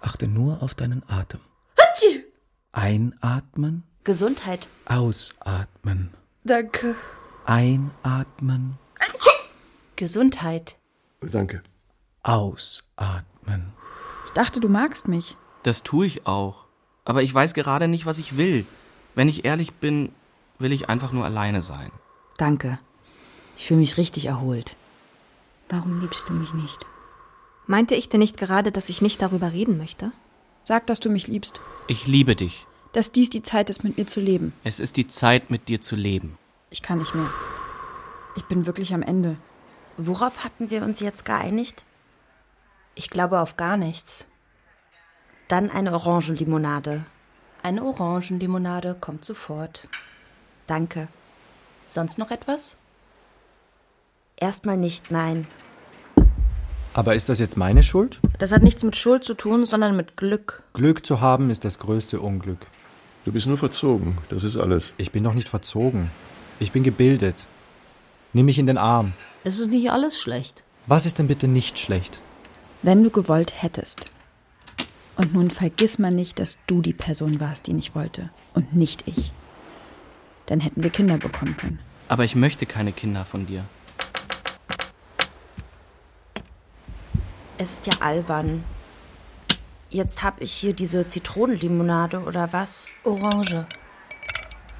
[SPEAKER 2] Achte nur auf deinen Atem.
[SPEAKER 6] Hatschi!
[SPEAKER 2] Einatmen.
[SPEAKER 6] Gesundheit.
[SPEAKER 2] Ausatmen.
[SPEAKER 6] Danke.
[SPEAKER 2] Einatmen.
[SPEAKER 6] Gesundheit.
[SPEAKER 19] Danke.
[SPEAKER 2] Ausatmen.
[SPEAKER 13] Ich dachte, du magst mich.
[SPEAKER 11] Das tue ich auch. Aber ich weiß gerade nicht, was ich will. Wenn ich ehrlich bin, will ich einfach nur alleine sein.
[SPEAKER 15] Danke. Ich fühle mich richtig erholt.
[SPEAKER 8] Warum liebst du mich nicht?
[SPEAKER 3] Meinte ich denn nicht gerade, dass ich nicht darüber reden möchte?
[SPEAKER 13] Sag, dass du mich liebst.
[SPEAKER 11] Ich liebe dich.
[SPEAKER 13] Dass dies die Zeit ist, mit mir zu leben.
[SPEAKER 11] Es ist die Zeit, mit dir zu leben.
[SPEAKER 13] Ich kann nicht mehr. Ich bin wirklich am Ende.
[SPEAKER 20] Worauf hatten wir uns jetzt geeinigt? Ich glaube auf gar nichts. Dann eine Orangenlimonade. Eine Orangenlimonade kommt sofort.
[SPEAKER 6] Danke.
[SPEAKER 20] Sonst noch etwas?
[SPEAKER 6] Erstmal nicht, nein.
[SPEAKER 7] Aber ist das jetzt meine Schuld?
[SPEAKER 5] Das hat nichts mit Schuld zu tun, sondern mit Glück.
[SPEAKER 7] Glück zu haben ist das größte Unglück.
[SPEAKER 19] Du bist nur verzogen, das ist alles.
[SPEAKER 7] Ich bin noch nicht verzogen. Ich bin gebildet. Nimm mich in den Arm.
[SPEAKER 21] Es ist nicht alles schlecht.
[SPEAKER 7] Was ist denn bitte nicht schlecht?
[SPEAKER 13] Wenn du gewollt hättest. Und nun vergiss mal nicht, dass du die Person warst, die nicht wollte. Und nicht ich. Dann hätten wir Kinder bekommen können.
[SPEAKER 11] Aber ich möchte keine Kinder von dir.
[SPEAKER 6] Es ist ja albern. Jetzt habe ich hier diese Zitronenlimonade oder was? Orange.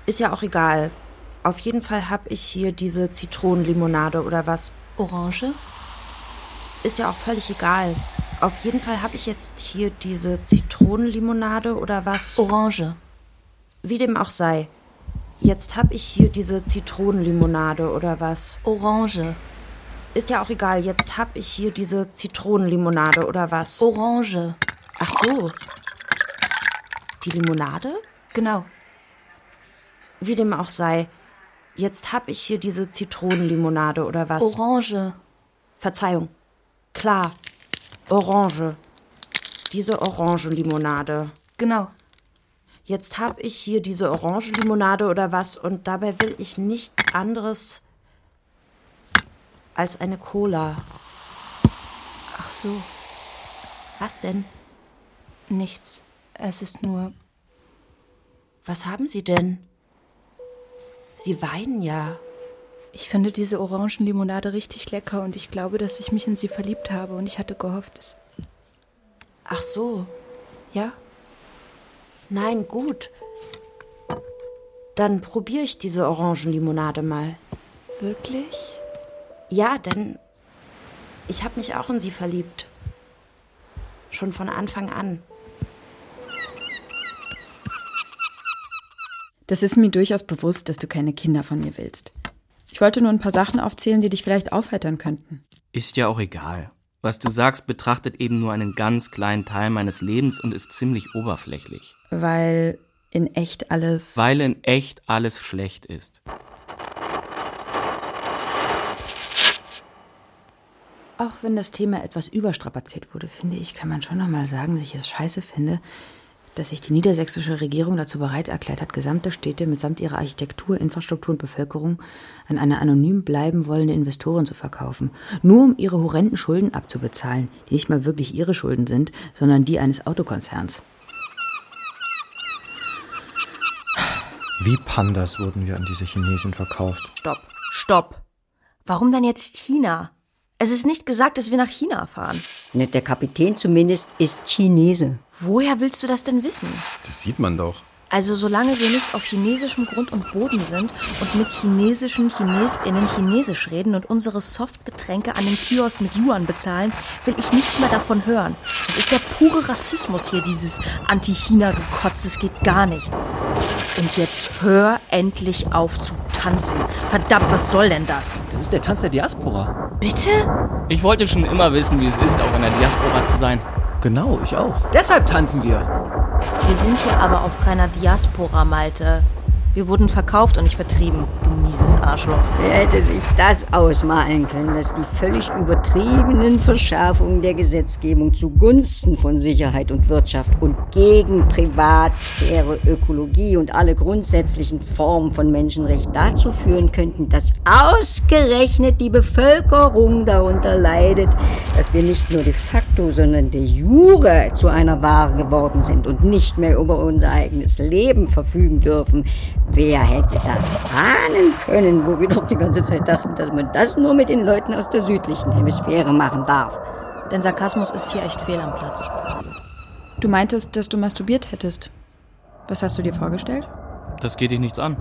[SPEAKER 6] Ist ja auch egal. Auf jeden Fall habe ich hier diese Zitronenlimonade oder was? Orange? Ist ja auch völlig egal. Auf jeden Fall habe ich jetzt hier diese Zitronenlimonade oder was? Orange. Wie dem auch sei. Jetzt habe ich hier diese Zitronenlimonade oder was? Orange. Ist ja auch egal, jetzt hab ich hier diese Zitronenlimonade oder was? Orange. Ach so. Die Limonade? Genau. Wie dem auch sei, jetzt hab ich hier diese Zitronenlimonade oder was? Orange. Verzeihung. Klar. Orange. Diese Orangenlimonade. Genau. Jetzt hab ich hier diese Orangenlimonade oder was und dabei will ich nichts anderes als eine Cola.
[SPEAKER 20] Ach so. Was denn? Nichts. Es ist nur.
[SPEAKER 6] Was haben Sie denn? Sie weinen ja.
[SPEAKER 20] Ich finde diese Orangenlimonade richtig lecker und ich glaube, dass ich mich in sie verliebt habe und ich hatte gehofft, es.
[SPEAKER 6] Ach so.
[SPEAKER 20] Ja?
[SPEAKER 6] Nein, gut. Dann probiere ich diese Orangenlimonade mal.
[SPEAKER 20] Wirklich?
[SPEAKER 6] Ja, denn ich habe mich auch in sie verliebt. Schon von Anfang an.
[SPEAKER 13] Das ist mir durchaus bewusst, dass du keine Kinder von mir willst. Ich wollte nur ein paar Sachen aufzählen, die dich vielleicht aufheitern könnten.
[SPEAKER 11] Ist ja auch egal. Was du sagst, betrachtet eben nur einen ganz kleinen Teil meines Lebens und ist ziemlich oberflächlich.
[SPEAKER 13] Weil in echt alles.
[SPEAKER 11] Weil in echt alles schlecht ist.
[SPEAKER 15] Auch wenn das Thema etwas überstrapaziert wurde, finde ich, kann man schon nochmal sagen, dass ich es scheiße finde, dass sich die niedersächsische Regierung dazu bereit erklärt hat, gesamte Städte mitsamt ihrer Architektur, Infrastruktur und Bevölkerung an eine anonym bleiben wollende Investoren zu verkaufen. Nur um ihre horrenden Schulden abzubezahlen, die nicht mal wirklich ihre Schulden sind, sondern die eines Autokonzerns.
[SPEAKER 7] Wie Pandas wurden wir an diese Chinesen verkauft.
[SPEAKER 5] Stopp, stopp. Warum dann jetzt China? Es ist nicht gesagt, dass wir nach China fahren.
[SPEAKER 8] Ne, der Kapitän zumindest ist Chinese.
[SPEAKER 5] Woher willst du das denn wissen?
[SPEAKER 22] Das sieht man doch.
[SPEAKER 5] Also solange wir nicht auf chinesischem Grund und Boden sind und mit chinesischen Chinesinnen Chinesisch reden und unsere Softgetränke an den Kiosk mit Yuan bezahlen, will ich nichts mehr davon hören. Es ist der pure Rassismus hier, dieses Anti-China-Gekotz, das geht gar nicht. Und jetzt hör endlich auf zu tanzen. Verdammt, was soll denn das?
[SPEAKER 12] Das ist der Tanz der Diaspora.
[SPEAKER 5] Bitte?
[SPEAKER 11] Ich wollte schon immer wissen, wie es ist, auch in der Diaspora zu sein.
[SPEAKER 12] Genau, ich auch. Deshalb tanzen wir.
[SPEAKER 5] Wir sind hier aber auf keiner Diaspora, Malte. Wir wurden verkauft und nicht vertrieben, du mieses Arschloch.
[SPEAKER 8] Wer hätte sich das ausmalen können, dass die völlig übertriebenen Verschärfungen der Gesetzgebung zugunsten von Sicherheit und Wirtschaft und gegen Privatsphäre, Ökologie und alle grundsätzlichen Formen von Menschenrecht dazu führen könnten, dass ausgerechnet die Bevölkerung darunter leidet, dass wir nicht nur de facto, sondern de jure zu einer Ware geworden sind und nicht mehr über unser eigenes Leben verfügen dürfen. Wer hätte das ahnen können, wo wir doch die ganze Zeit dachten, dass man das nur mit den Leuten aus der südlichen Hemisphäre machen darf?
[SPEAKER 5] Denn Sarkasmus ist hier echt fehl am Platz.
[SPEAKER 13] Du meintest, dass du masturbiert hättest. Was hast du dir vorgestellt?
[SPEAKER 11] Das geht dich nichts an.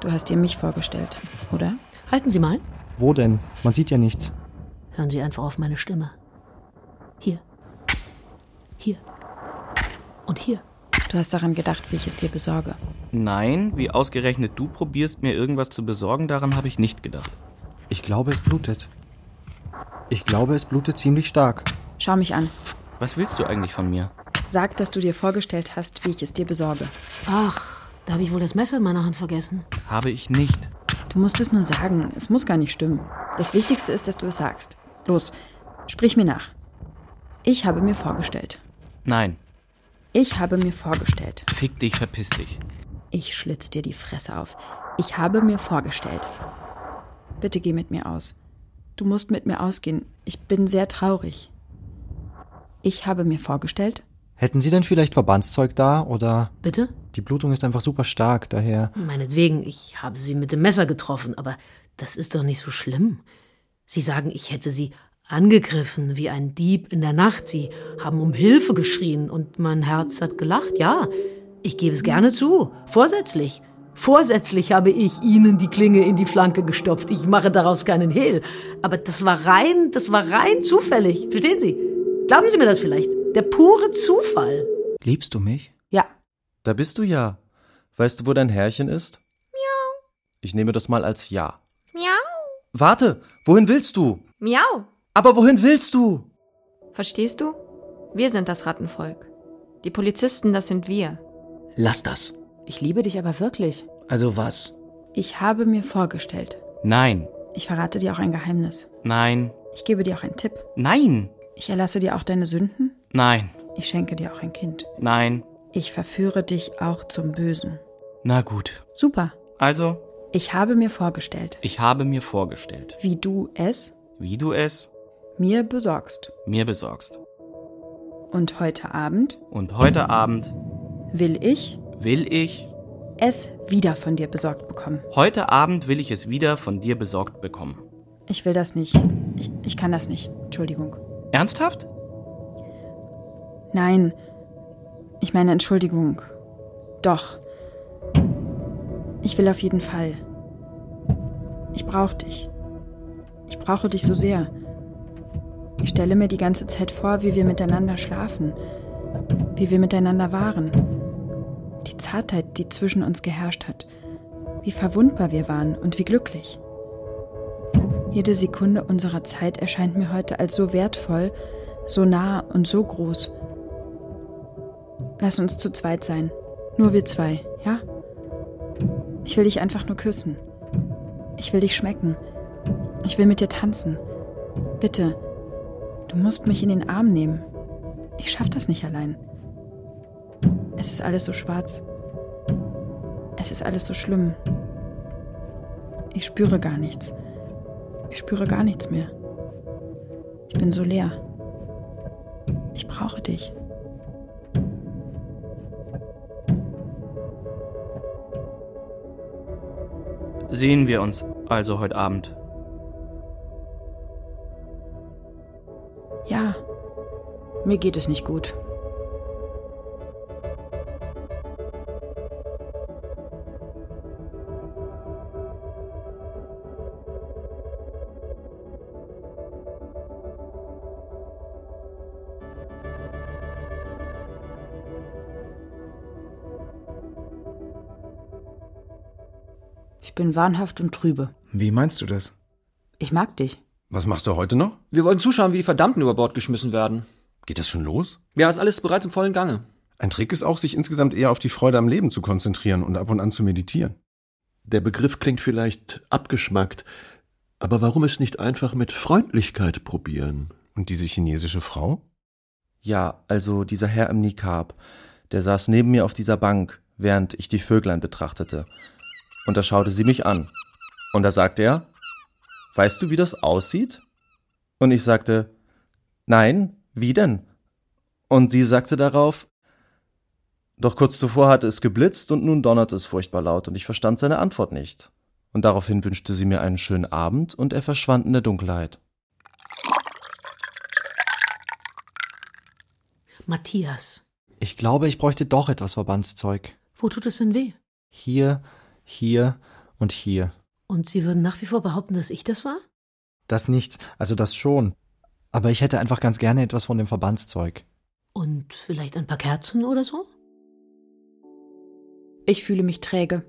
[SPEAKER 13] Du hast dir mich vorgestellt, oder?
[SPEAKER 17] Halten Sie mal.
[SPEAKER 7] Wo denn? Man sieht ja nichts.
[SPEAKER 17] Hören Sie einfach auf meine Stimme. Hier. Hier. Und hier.
[SPEAKER 13] Du hast daran gedacht, wie ich es dir besorge.
[SPEAKER 11] Nein, wie ausgerechnet du probierst, mir irgendwas zu besorgen, daran habe ich nicht gedacht.
[SPEAKER 7] Ich glaube, es blutet. Ich glaube, es blutet ziemlich stark.
[SPEAKER 13] Schau mich an.
[SPEAKER 11] Was willst du eigentlich von mir?
[SPEAKER 13] Sag, dass du dir vorgestellt hast, wie ich es dir besorge.
[SPEAKER 17] Ach, da habe ich wohl das Messer in meiner Hand vergessen.
[SPEAKER 11] Habe ich nicht.
[SPEAKER 13] Du musst es nur sagen. Es muss gar nicht stimmen. Das Wichtigste ist, dass du es sagst. Los, sprich mir nach. Ich habe mir vorgestellt.
[SPEAKER 11] Nein.
[SPEAKER 13] Ich habe mir vorgestellt.
[SPEAKER 11] Fick dich, verpiss dich.
[SPEAKER 13] Ich schlitz dir die Fresse auf. Ich habe mir vorgestellt. Bitte geh mit mir aus. Du musst mit mir ausgehen. Ich bin sehr traurig. Ich habe mir vorgestellt.
[SPEAKER 7] Hätten Sie denn vielleicht Verbandszeug da oder.
[SPEAKER 17] Bitte?
[SPEAKER 7] Die Blutung ist einfach super stark, daher.
[SPEAKER 17] Meinetwegen, ich habe sie mit dem Messer getroffen, aber das ist doch nicht so schlimm. Sie sagen, ich hätte sie angegriffen wie ein Dieb in der Nacht. Sie haben um Hilfe geschrien und mein Herz hat gelacht. Ja, ich gebe es gerne zu. Vorsätzlich. Vorsätzlich habe ich Ihnen die Klinge in die Flanke gestopft. Ich mache daraus keinen Hehl. Aber das war rein, das war rein zufällig. Verstehen Sie? Glauben Sie mir das vielleicht? Der pure Zufall.
[SPEAKER 16] Liebst du mich?
[SPEAKER 10] Da bist du ja. Weißt du, wo dein Herrchen ist? Miau. Ich nehme das mal als Ja.
[SPEAKER 3] Miau.
[SPEAKER 10] Warte, wohin willst du?
[SPEAKER 3] Miau.
[SPEAKER 10] Aber wohin willst du?
[SPEAKER 3] Verstehst du? Wir sind das Rattenvolk. Die Polizisten, das sind wir.
[SPEAKER 16] Lass das.
[SPEAKER 13] Ich liebe dich aber wirklich.
[SPEAKER 16] Also was?
[SPEAKER 13] Ich habe mir vorgestellt.
[SPEAKER 11] Nein.
[SPEAKER 13] Ich verrate dir auch ein Geheimnis.
[SPEAKER 11] Nein.
[SPEAKER 13] Ich gebe dir auch einen Tipp.
[SPEAKER 11] Nein.
[SPEAKER 13] Ich erlasse dir auch deine Sünden.
[SPEAKER 11] Nein.
[SPEAKER 13] Ich schenke dir auch ein Kind.
[SPEAKER 11] Nein.
[SPEAKER 13] Ich verführe dich auch zum Bösen.
[SPEAKER 11] Na gut.
[SPEAKER 13] Super.
[SPEAKER 11] Also,
[SPEAKER 13] Ich habe mir vorgestellt,
[SPEAKER 11] ich habe mir vorgestellt,
[SPEAKER 13] wie du es
[SPEAKER 11] wie du es
[SPEAKER 13] mir besorgst.
[SPEAKER 11] mir besorgst.
[SPEAKER 13] Und heute Abend
[SPEAKER 11] Und heute Abend
[SPEAKER 13] will ich
[SPEAKER 11] will ich,
[SPEAKER 13] es wieder von dir besorgt bekommen.
[SPEAKER 11] heute Abend will ich es wieder von dir besorgt bekommen.
[SPEAKER 13] Ich will das nicht. Ich, ich kann das nicht. Entschuldigung.
[SPEAKER 11] Ernsthaft?
[SPEAKER 13] Nein. Ich meine Entschuldigung. Doch. Ich will auf jeden Fall. Ich brauche dich. Ich brauche dich so sehr. Ich stelle mir die ganze Zeit vor, wie wir miteinander schlafen, wie wir miteinander waren. Die Zartheit, die zwischen uns geherrscht hat, wie verwundbar wir waren und wie glücklich. Jede Sekunde unserer Zeit erscheint mir heute als so wertvoll, so nah und so groß. Lass uns zu zweit sein. Nur wir zwei, ja? Ich will dich einfach nur küssen. Ich will dich schmecken. Ich will mit dir tanzen. Bitte, du musst mich in den Arm nehmen. Ich schaff das nicht allein. Es ist alles so schwarz. Es ist alles so schlimm. Ich spüre gar nichts. Ich spüre gar nichts mehr. Ich bin so leer. Ich brauche dich.
[SPEAKER 11] Sehen wir uns also heute Abend.
[SPEAKER 13] Ja.
[SPEAKER 15] Mir geht es nicht gut. Ich bin wahnhaft und trübe.
[SPEAKER 2] Wie meinst du das?
[SPEAKER 15] Ich mag dich.
[SPEAKER 9] Was machst du heute noch?
[SPEAKER 12] Wir wollen zuschauen, wie die Verdammten über Bord geschmissen werden.
[SPEAKER 9] Geht das schon los?
[SPEAKER 12] Ja, ist alles bereits im vollen Gange.
[SPEAKER 9] Ein Trick ist auch, sich insgesamt eher auf die Freude am Leben zu konzentrieren und ab und an zu meditieren.
[SPEAKER 4] Der Begriff klingt vielleicht abgeschmackt, aber warum es nicht einfach mit Freundlichkeit probieren?
[SPEAKER 9] Und diese chinesische Frau?
[SPEAKER 10] Ja, also dieser Herr im Nikab, der saß neben mir auf dieser Bank, während ich die Vöglein betrachtete. Und da schaute sie mich an. Und da sagte er, weißt du, wie das aussieht? Und ich sagte, nein, wie denn? Und sie sagte darauf, doch kurz zuvor hatte es geblitzt und nun donnerte es furchtbar laut und ich verstand seine Antwort nicht. Und daraufhin wünschte sie mir einen schönen Abend und er verschwand in der Dunkelheit.
[SPEAKER 17] Matthias,
[SPEAKER 7] Ich glaube, ich bräuchte doch etwas Verbandszeug.
[SPEAKER 17] wo tut es denn weh?
[SPEAKER 7] Hier, hier und hier.
[SPEAKER 17] Und Sie würden nach wie vor behaupten, dass ich das war?
[SPEAKER 7] Das nicht, also das schon. Aber ich hätte einfach ganz gerne etwas von dem Verbandszeug.
[SPEAKER 17] Und vielleicht ein paar Kerzen oder so?
[SPEAKER 15] Ich fühle mich träge.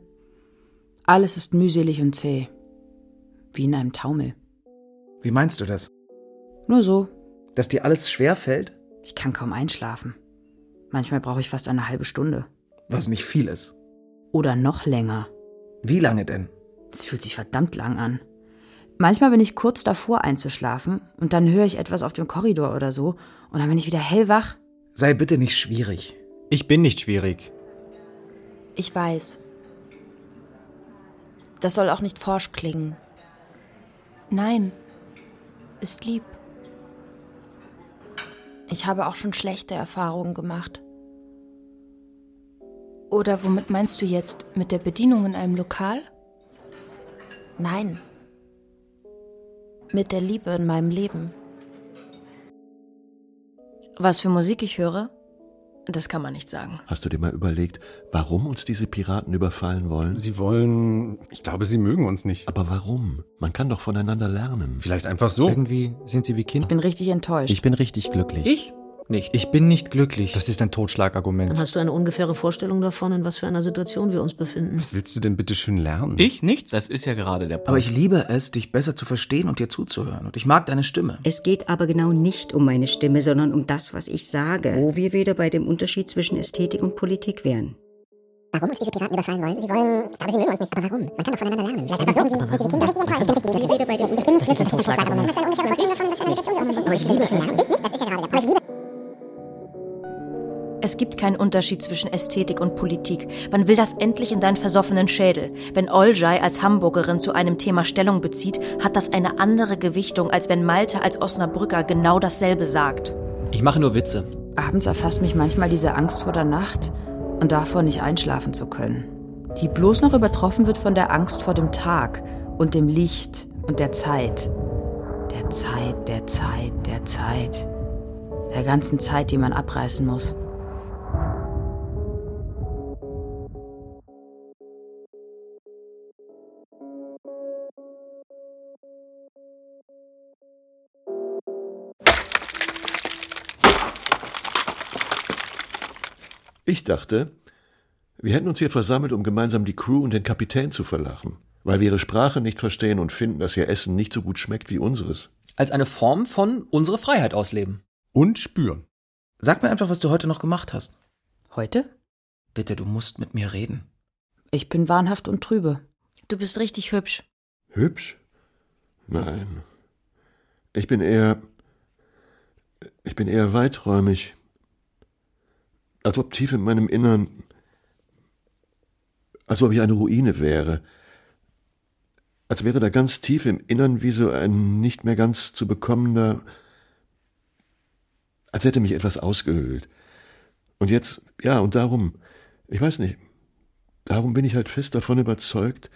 [SPEAKER 15] Alles ist mühselig und zäh. Wie in einem Taumel.
[SPEAKER 2] Wie meinst du das?
[SPEAKER 15] Nur so.
[SPEAKER 2] Dass dir alles schwer fällt?
[SPEAKER 15] Ich kann kaum einschlafen. Manchmal brauche ich fast eine halbe Stunde.
[SPEAKER 2] Was nicht viel ist.
[SPEAKER 15] Oder noch länger.
[SPEAKER 2] Wie lange denn?
[SPEAKER 15] Es fühlt sich verdammt lang an. Manchmal bin ich kurz davor einzuschlafen und dann höre ich etwas auf dem Korridor oder so und dann bin ich wieder hellwach.
[SPEAKER 2] Sei bitte nicht schwierig.
[SPEAKER 7] Ich bin nicht schwierig.
[SPEAKER 23] Ich weiß. Das soll auch nicht forsch klingen.
[SPEAKER 6] Nein. Ist lieb.
[SPEAKER 23] Ich habe auch schon schlechte Erfahrungen gemacht.
[SPEAKER 6] Oder womit meinst du jetzt? Mit der Bedienung in einem Lokal?
[SPEAKER 23] Nein. Mit der Liebe in meinem Leben.
[SPEAKER 5] Was für Musik ich höre, das kann man nicht sagen.
[SPEAKER 4] Hast du dir mal überlegt, warum uns diese Piraten überfallen wollen?
[SPEAKER 9] Sie wollen. Ich glaube, sie mögen uns nicht.
[SPEAKER 4] Aber warum? Man kann doch voneinander lernen.
[SPEAKER 9] Vielleicht einfach so.
[SPEAKER 7] Irgendwie sind sie wie Kinder.
[SPEAKER 15] Ich bin richtig enttäuscht.
[SPEAKER 7] Ich bin richtig glücklich.
[SPEAKER 12] Ich? Nicht.
[SPEAKER 7] Ich bin nicht glücklich. Das ist ein
[SPEAKER 17] Dann
[SPEAKER 7] Totschlagargument.
[SPEAKER 17] hast du eine ungefähre Vorstellung davon, in was für einer Situation wir uns befinden.
[SPEAKER 9] Was willst du denn bitte schön
[SPEAKER 2] Hm.
[SPEAKER 9] lernen?
[SPEAKER 11] Ich nicht? Das ist ja gerade der Punkt.
[SPEAKER 2] Aber ich liebe es, dich besser zu verstehen und dir zuzuhören. Und ich mag deine Stimme.
[SPEAKER 8] Es geht aber genau nicht um meine Stimme, sondern um das, was ich sage, wo wir wieder bei dem Unterschied zwischen Ästhetik und Politik wären.
[SPEAKER 24] Warum uns diese Piraten überfallen wollen? Sie wollen, ich glaube, sie mögen uns nicht. Aber warum? Man kann doch voneinander lernen. Vielleicht einfach so irgendwie sind sie wie Kinder richtig enttäuscht. Ich bin richtig glücklich. Ich bin nicht glücklich. Das ist ein Schlagargument. Das ist eine ungefähre Vorstellung davon, was für eine Situation wir uns befinden. Aber ich liebe es. Ich nicht. Das ist ja gerade der Punkt. Aber ich liebe
[SPEAKER 5] Es gibt keinen Unterschied zwischen Ästhetik und Politik. Wann will das endlich in deinen versoffenen Schädel? Wenn Olcay als Hamburgerin zu einem Thema Stellung bezieht, hat das eine andere Gewichtung, als wenn Malte als Osnabrücker genau dasselbe sagt.
[SPEAKER 12] Ich mache nur Witze.
[SPEAKER 15] Abends erfasst mich manchmal diese Angst vor der Nacht und davor nicht einschlafen zu können. Die bloß noch übertroffen wird von der Angst vor dem Tag und dem Licht und der Zeit. Der Zeit, der Zeit, der Zeit. Der ganzen Zeit, die man abreißen muss.
[SPEAKER 4] Ich dachte, wir hätten uns hier versammelt, um gemeinsam die Crew und den Kapitän zu verlachen, weil wir ihre Sprache nicht verstehen und finden, dass ihr Essen nicht so gut schmeckt wie unseres.
[SPEAKER 12] Als eine Form von unsere Freiheit ausleben.
[SPEAKER 9] Und spüren.
[SPEAKER 2] Sag mir einfach, was du heute noch gemacht hast.
[SPEAKER 15] Heute?
[SPEAKER 2] Bitte, du musst mit mir reden.
[SPEAKER 15] Ich bin wahnhaft und trübe.
[SPEAKER 5] Du bist richtig hübsch.
[SPEAKER 4] Hübsch? Nein. Ich bin eher. Ich bin eher weiträumig. Als ob tief in meinem Innern. Als ob ich eine Ruine wäre. Als wäre da ganz tief im Innern wie so ein nicht mehr ganz zu bekommender. Als hätte mich etwas ausgehöhlt. Und jetzt, ja, und darum, ich weiß nicht, darum bin ich halt fest davon überzeugt,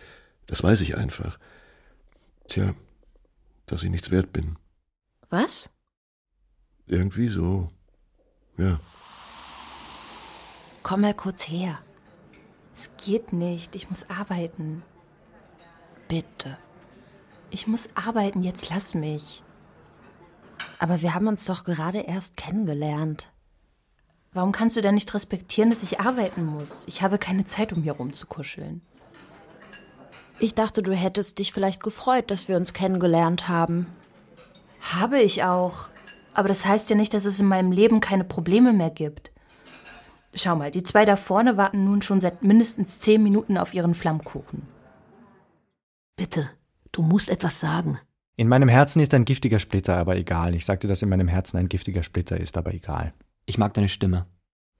[SPEAKER 4] das weiß ich einfach. Tja, dass ich nichts wert bin.
[SPEAKER 5] Was?
[SPEAKER 4] Irgendwie so. Ja.
[SPEAKER 6] Komm mal kurz her. Es geht nicht. Ich muss arbeiten.
[SPEAKER 23] Bitte.
[SPEAKER 6] Ich muss arbeiten. Jetzt lass mich.
[SPEAKER 23] Aber wir haben uns doch gerade erst kennengelernt.
[SPEAKER 6] Warum kannst du denn nicht respektieren, dass ich arbeiten muss? Ich habe keine Zeit, um hier rumzukuscheln.
[SPEAKER 14] Ich dachte, du hättest dich vielleicht gefreut, dass wir uns kennengelernt haben.
[SPEAKER 6] Habe ich auch. Aber das heißt ja nicht, dass es in meinem Leben keine Probleme mehr gibt. Schau mal, die zwei da vorne warten nun schon seit mindestens zehn Minuten auf ihren Flammkuchen.
[SPEAKER 17] Bitte, du musst etwas sagen.
[SPEAKER 7] In meinem Herzen ist ein giftiger Splitter, aber egal. Ich sagte, dass in meinem Herzen ein giftiger Splitter ist, aber egal.
[SPEAKER 12] Ich mag deine Stimme.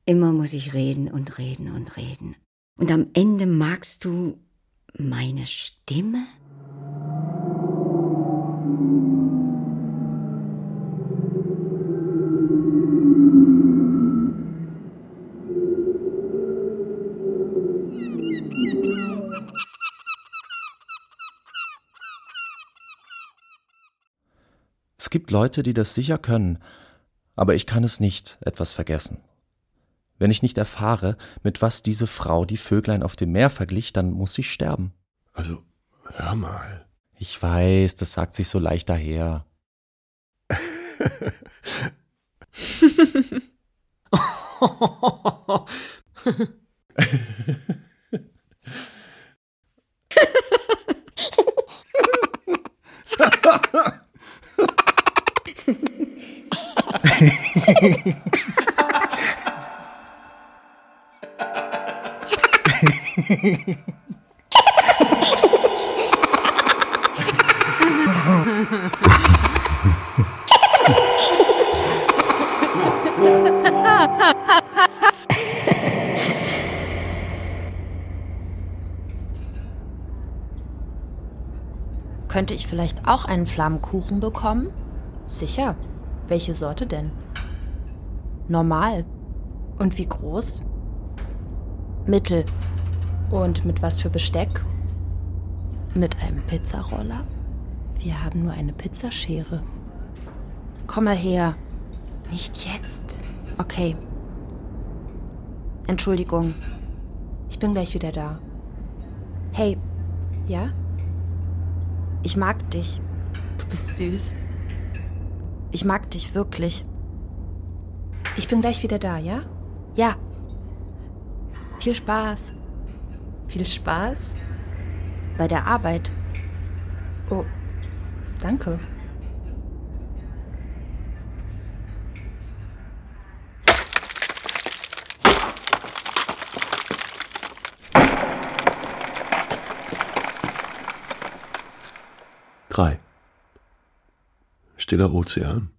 [SPEAKER 8] Immer muss ich reden und reden und reden. Und am Ende magst du meine Stimme?
[SPEAKER 10] Es gibt Leute, die das sicher können, aber ich kann es nicht, etwas vergessen. Wenn ich nicht erfahre, mit was diese Frau die Vöglein auf dem Meer verglich, dann muss ich sterben.
[SPEAKER 4] Also, hör mal.
[SPEAKER 10] Ich weiß, das sagt sich so leicht daher.
[SPEAKER 14] Könnte ich vielleicht auch einen Flammenkuchen bekommen?
[SPEAKER 6] Sicher. Welche Sorte denn?
[SPEAKER 14] Normal.
[SPEAKER 6] Und wie groß?
[SPEAKER 14] Mittel.
[SPEAKER 6] Und mit was für Besteck?
[SPEAKER 14] Mit einem Pizzaroller?
[SPEAKER 6] Wir haben nur eine Pizzaschere.
[SPEAKER 14] Komm mal her.
[SPEAKER 6] Nicht jetzt.
[SPEAKER 14] Okay. Entschuldigung.
[SPEAKER 6] Ich bin gleich wieder da.
[SPEAKER 14] Hey,
[SPEAKER 6] Ja?
[SPEAKER 14] ich mag dich.
[SPEAKER 6] Du bist süß.
[SPEAKER 14] Ich mag dich wirklich.
[SPEAKER 6] Ich bin gleich wieder da, ja?
[SPEAKER 14] Ja. Viel Spaß
[SPEAKER 6] Viel Spaß.
[SPEAKER 14] bei der Arbeit.
[SPEAKER 6] Oh, danke.
[SPEAKER 4] Drei. Stiller Ozean.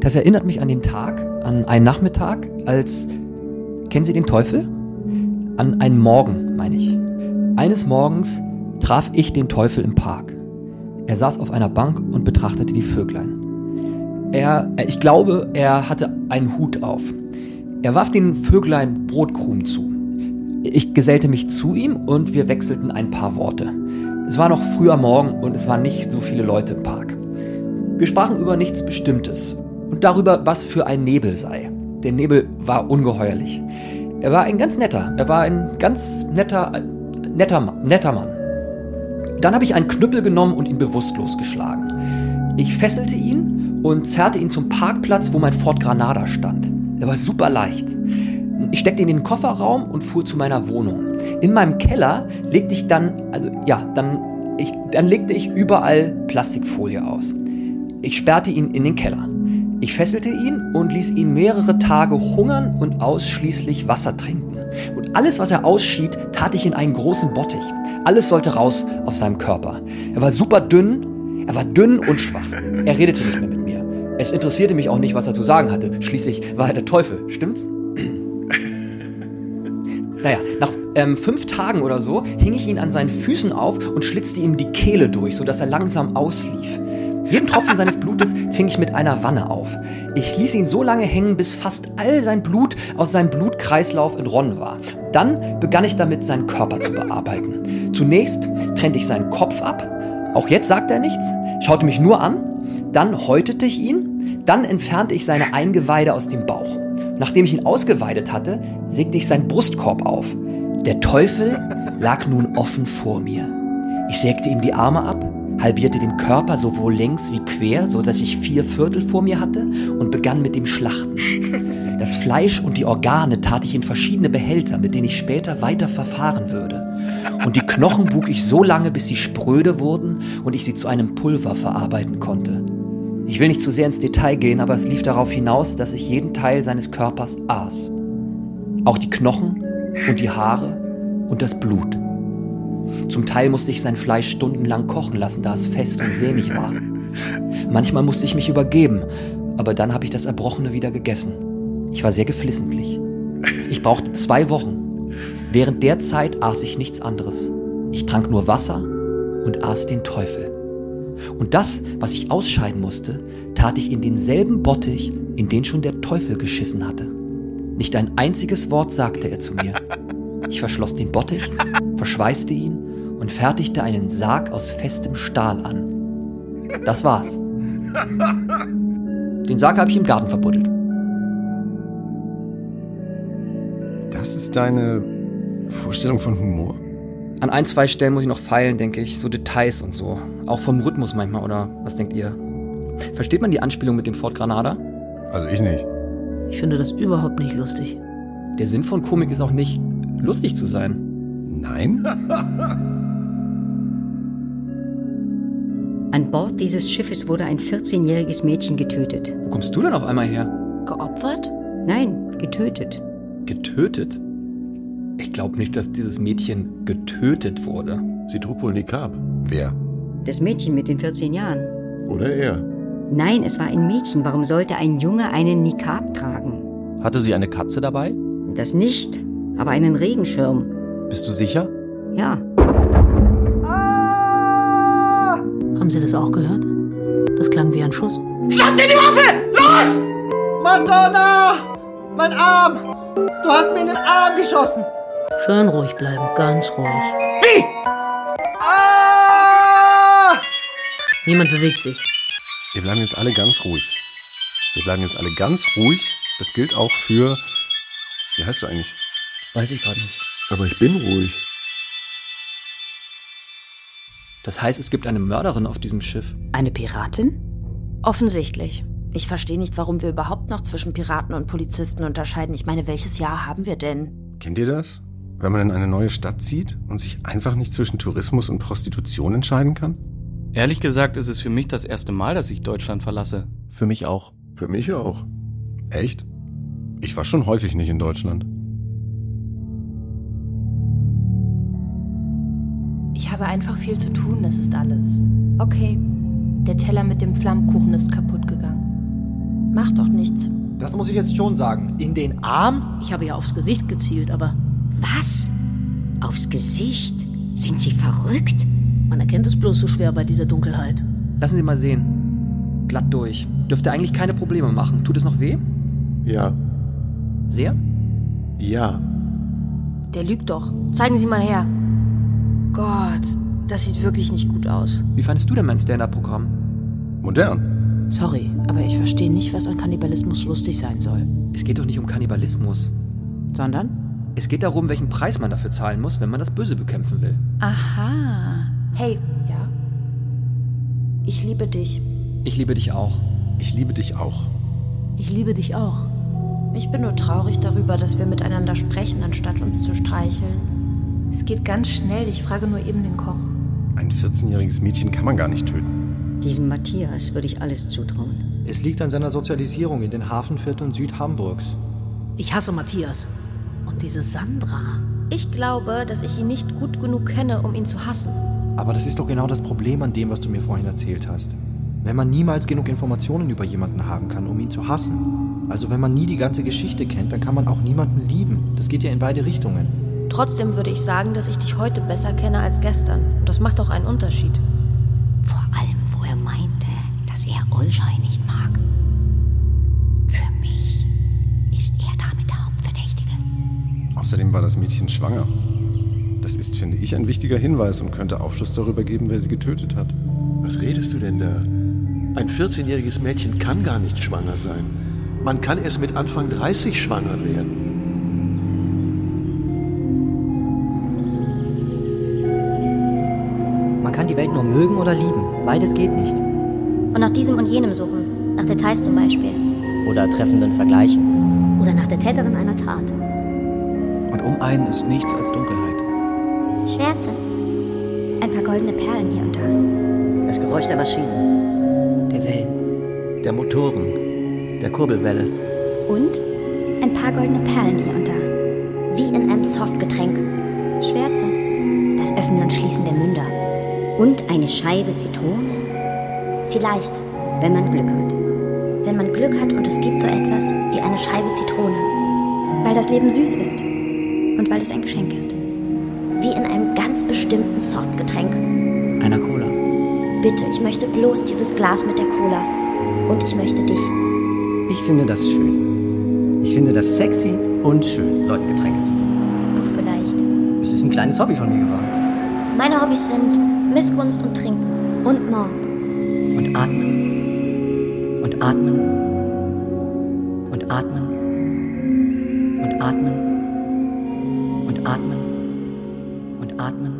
[SPEAKER 12] Das erinnert mich an den Tag, an einen Nachmittag, als. Kennen Sie den Teufel? An einen Morgen, meine ich. Eines Morgens traf ich den Teufel im Park. Er saß auf einer Bank und betrachtete die Vöglein. Er, äh, ich glaube, er hatte einen Hut auf. Er warf den Vöglein Brotkrumen zu. Ich gesellte mich zu ihm und wir wechselten ein paar Worte. Es war noch früh am Morgen und es waren nicht so viele Leute im Park. Wir sprachen über nichts Bestimmtes und darüber, was für ein Nebel sei. Der Nebel war ungeheuerlich. Er war ein ganz netter, er war ein ganz netter, äh, netter, Ma- netter Mann. Dann habe ich einen Knüppel genommen und ihn bewusstlos geschlagen. Ich fesselte ihn und zerrte ihn zum Parkplatz, wo mein Ford Granada stand. Er war super leicht. Ich steckte ihn in den Kofferraum und fuhr zu meiner Wohnung. In meinem Keller legte ich dann, also ja, dann, ich, dann legte ich überall Plastikfolie aus. Ich sperrte ihn in den Keller. Ich fesselte ihn und ließ ihn mehrere Tage hungern und ausschließlich Wasser trinken. Und alles, was er ausschied, tat ich in einen großen Bottich. Alles sollte raus aus seinem Körper. Er war super dünn, er war dünn und schwach. Er redete nicht mehr mit mir. Es interessierte mich auch nicht, was er zu sagen hatte. Schließlich war er der Teufel, stimmt's? Naja, nach ähm, fünf Tagen oder so hing ich ihn an seinen Füßen auf und schlitzte ihm die Kehle durch, sodass er langsam auslief. Jeden Tropfen seines Blutes fing ich mit einer Wanne auf. Ich ließ ihn so lange hängen, bis fast all sein Blut aus seinem Blutkreislauf entronnen war. Dann begann ich damit, seinen Körper zu bearbeiten. Zunächst trennte ich seinen Kopf ab. Auch jetzt sagt er nichts, schaute mich nur an. Dann häutete ich ihn. Dann entfernte ich seine Eingeweide aus dem Bauch. Nachdem ich ihn ausgeweidet hatte, sägte ich seinen Brustkorb auf. Der Teufel lag nun offen vor mir. Ich sägte ihm die Arme ab, halbierte den Körper sowohl längs wie quer, so dass ich vier Viertel vor mir hatte und begann mit dem Schlachten. Das Fleisch und die Organe tat ich in verschiedene Behälter, mit denen ich später weiter verfahren würde. Und die Knochen bug ich so lange, bis sie spröde wurden und ich sie zu einem Pulver verarbeiten konnte. Ich will nicht zu sehr ins Detail gehen, aber es lief darauf hinaus, dass ich jeden Teil seines Körpers aß. Auch die Knochen und die Haare und das Blut. Zum Teil musste ich sein Fleisch stundenlang kochen lassen, da es fest und sämig war. Manchmal musste ich mich übergeben, aber dann habe ich das Erbrochene wieder gegessen. Ich war sehr geflissentlich. Ich brauchte zwei Wochen. Während der Zeit aß ich nichts anderes. Ich trank nur Wasser und aß den Teufel. Und das, was ich ausscheiden musste, tat ich in denselben Bottich, in den schon der Teufel geschissen hatte. Nicht ein einziges Wort sagte er zu mir. Ich verschloss den Bottich, verschweißte ihn und fertigte einen Sarg aus festem Stahl an. Das war's. Den Sarg habe ich im Garten verbuddelt.
[SPEAKER 9] Das ist deine Vorstellung von Humor?
[SPEAKER 12] An ein, zwei Stellen muss ich noch feilen, denke ich. So Details und so. Auch vom Rhythmus manchmal, oder? Was denkt ihr? Versteht man die Anspielung mit dem Fort Granada?
[SPEAKER 9] Also ich nicht.
[SPEAKER 17] Ich finde das überhaupt nicht lustig.
[SPEAKER 12] Der Sinn von Komik ist auch nicht, lustig zu sein.
[SPEAKER 9] Nein?
[SPEAKER 8] An Bord dieses Schiffes wurde ein 14-jähriges Mädchen getötet.
[SPEAKER 12] Wo kommst du denn auf einmal her?
[SPEAKER 8] Geopfert? Nein, getötet.
[SPEAKER 12] Getötet? Ich glaube nicht, dass dieses Mädchen getötet wurde.
[SPEAKER 4] Sie trug wohl Nikab.
[SPEAKER 9] Wer?
[SPEAKER 8] Das Mädchen mit den 14 Jahren.
[SPEAKER 4] Oder er?
[SPEAKER 8] Nein, es war ein Mädchen. Warum sollte ein Junge einen Nikab tragen?
[SPEAKER 10] Hatte sie eine Katze dabei?
[SPEAKER 8] Das nicht, aber einen Regenschirm.
[SPEAKER 10] Bist du sicher?
[SPEAKER 8] Ja.
[SPEAKER 17] Haben Sie das auch gehört? Das klang wie ein Schuss.
[SPEAKER 25] Schnappt dir die Waffe! Los! Madonna! Mein Arm! Du hast mir in den Arm geschossen!
[SPEAKER 17] Schön ruhig bleiben, ganz ruhig.
[SPEAKER 25] Wie? Ah!
[SPEAKER 17] Niemand bewegt sich.
[SPEAKER 9] Wir bleiben jetzt alle ganz ruhig. Wir bleiben jetzt alle ganz ruhig. Das gilt auch für. Wie heißt du eigentlich?
[SPEAKER 12] Weiß ich gerade nicht.
[SPEAKER 4] Aber ich bin ruhig.
[SPEAKER 12] Das heißt, es gibt eine Mörderin auf diesem Schiff.
[SPEAKER 15] Eine Piratin?
[SPEAKER 14] Offensichtlich. Ich verstehe nicht, warum wir überhaupt noch zwischen Piraten und Polizisten unterscheiden. Ich meine, welches Jahr haben wir denn?
[SPEAKER 9] Kennt ihr das? Wenn man in eine neue Stadt zieht und sich einfach nicht zwischen Tourismus und Prostitution entscheiden kann?
[SPEAKER 11] Ehrlich gesagt ist es für mich das erste Mal, dass ich Deutschland verlasse.
[SPEAKER 10] Für mich auch.
[SPEAKER 4] Für mich auch.
[SPEAKER 9] Echt? Ich war schon häufig nicht in Deutschland.
[SPEAKER 6] Ich habe einfach viel zu tun, das ist alles. Okay. Der Teller mit dem Flammkuchen ist kaputt gegangen.
[SPEAKER 14] Macht doch nichts.
[SPEAKER 16] Das muss ich jetzt schon sagen. In den Arm?
[SPEAKER 17] Ich habe ja aufs Gesicht gezielt, aber.
[SPEAKER 8] Was? Aufs Gesicht? Sind Sie verrückt?
[SPEAKER 17] Man erkennt es bloß so schwer bei dieser Dunkelheit.
[SPEAKER 12] Lassen Sie mal sehen. Glatt durch. Dürfte eigentlich keine Probleme machen. Tut es noch weh?
[SPEAKER 4] Ja.
[SPEAKER 12] Sehr?
[SPEAKER 4] Ja.
[SPEAKER 5] Der lügt doch. Zeigen Sie mal her. Gott, das sieht wirklich nicht gut aus.
[SPEAKER 12] Wie fandest du denn mein Stand-Up-Programm?
[SPEAKER 9] Modern.
[SPEAKER 15] Sorry, aber ich verstehe nicht, was an Kannibalismus lustig sein soll.
[SPEAKER 12] Es geht doch nicht um Kannibalismus.
[SPEAKER 15] Sondern?
[SPEAKER 12] Es geht darum, welchen Preis man dafür zahlen muss, wenn man das Böse bekämpfen will.
[SPEAKER 15] Aha.
[SPEAKER 14] Hey.
[SPEAKER 15] Ja?
[SPEAKER 14] Ich liebe dich.
[SPEAKER 12] Ich liebe dich auch.
[SPEAKER 9] Ich liebe dich auch.
[SPEAKER 17] Ich liebe dich auch.
[SPEAKER 14] Ich bin nur traurig darüber, dass wir miteinander sprechen, anstatt uns zu streicheln.
[SPEAKER 6] Es geht ganz schnell, ich frage nur eben den Koch.
[SPEAKER 9] Ein 14-jähriges Mädchen kann man gar nicht töten.
[SPEAKER 8] Diesem Matthias würde ich alles zutrauen.
[SPEAKER 7] Es liegt an seiner Sozialisierung in den Hafenvierteln Südhamburgs.
[SPEAKER 17] Ich hasse Matthias. Und diese Sandra.
[SPEAKER 5] Ich glaube, dass ich ihn nicht gut genug kenne, um ihn zu hassen.
[SPEAKER 7] Aber das ist doch genau das Problem an dem, was du mir vorhin erzählt hast. Wenn man niemals genug Informationen über jemanden haben kann, um ihn zu hassen. Also wenn man nie die ganze Geschichte kennt, dann kann man auch niemanden lieben. Das geht ja in beide Richtungen.
[SPEAKER 5] Trotzdem würde ich sagen, dass ich dich heute besser kenne als gestern. Und das macht doch einen Unterschied.
[SPEAKER 8] Vor allem, wo er meinte, dass er Olschei nicht mag. Für mich ist er damit der Hauptverdächtige.
[SPEAKER 9] Außerdem war das Mädchen schwanger. Das ist, finde ich, ein wichtiger Hinweis und könnte Aufschluss darüber geben, wer sie getötet hat.
[SPEAKER 4] Was redest du denn da? Ein 14-jähriges Mädchen kann gar nicht schwanger sein. Man kann erst mit Anfang 30 schwanger werden.
[SPEAKER 26] Man kann die Welt nur mögen oder lieben. Beides geht nicht.
[SPEAKER 27] Und nach diesem und jenem suchen. Nach Details zum Beispiel.
[SPEAKER 26] Oder treffenden Vergleichen.
[SPEAKER 27] Oder nach der Täterin einer Tat.
[SPEAKER 16] Und um einen ist nichts als Dunkelheit.
[SPEAKER 27] Schwärze. Ein paar goldene Perlen hier und da.
[SPEAKER 26] Das Geräusch der Maschinen.
[SPEAKER 28] Der Wellen, der Motoren, der Kurbelwelle.
[SPEAKER 27] Und ein paar goldene Perlen hier und da. Wie in einem Softgetränk. Schwärze. Das Öffnen und Schließen der Münder.
[SPEAKER 8] Und eine Scheibe Zitrone?
[SPEAKER 27] Vielleicht,
[SPEAKER 8] Wenn man Glück hat.
[SPEAKER 27] wenn man Glück hat und es gibt so etwas wie eine Scheibe Zitrone. Weil das Leben süß ist. Und weil es ein Geschenk ist. Wie in einem ganz bestimmten Softgetränk.
[SPEAKER 28] Einer Cola.
[SPEAKER 27] Bitte, ich möchte bloß dieses Glas mit der Cola. Und ich möchte dich.
[SPEAKER 28] Ich finde das schön. Ich finde das sexy und schön, Leuten Getränke zu bringen.
[SPEAKER 27] Du vielleicht.
[SPEAKER 28] Es ist ein kleines Hobby von mir geworden.
[SPEAKER 27] Meine Hobbys sind Missgunst und Trinken. Und Mord.
[SPEAKER 28] Und atmen. Und atmen. Und atmen. Und atmen. Und atmen. Und atmen.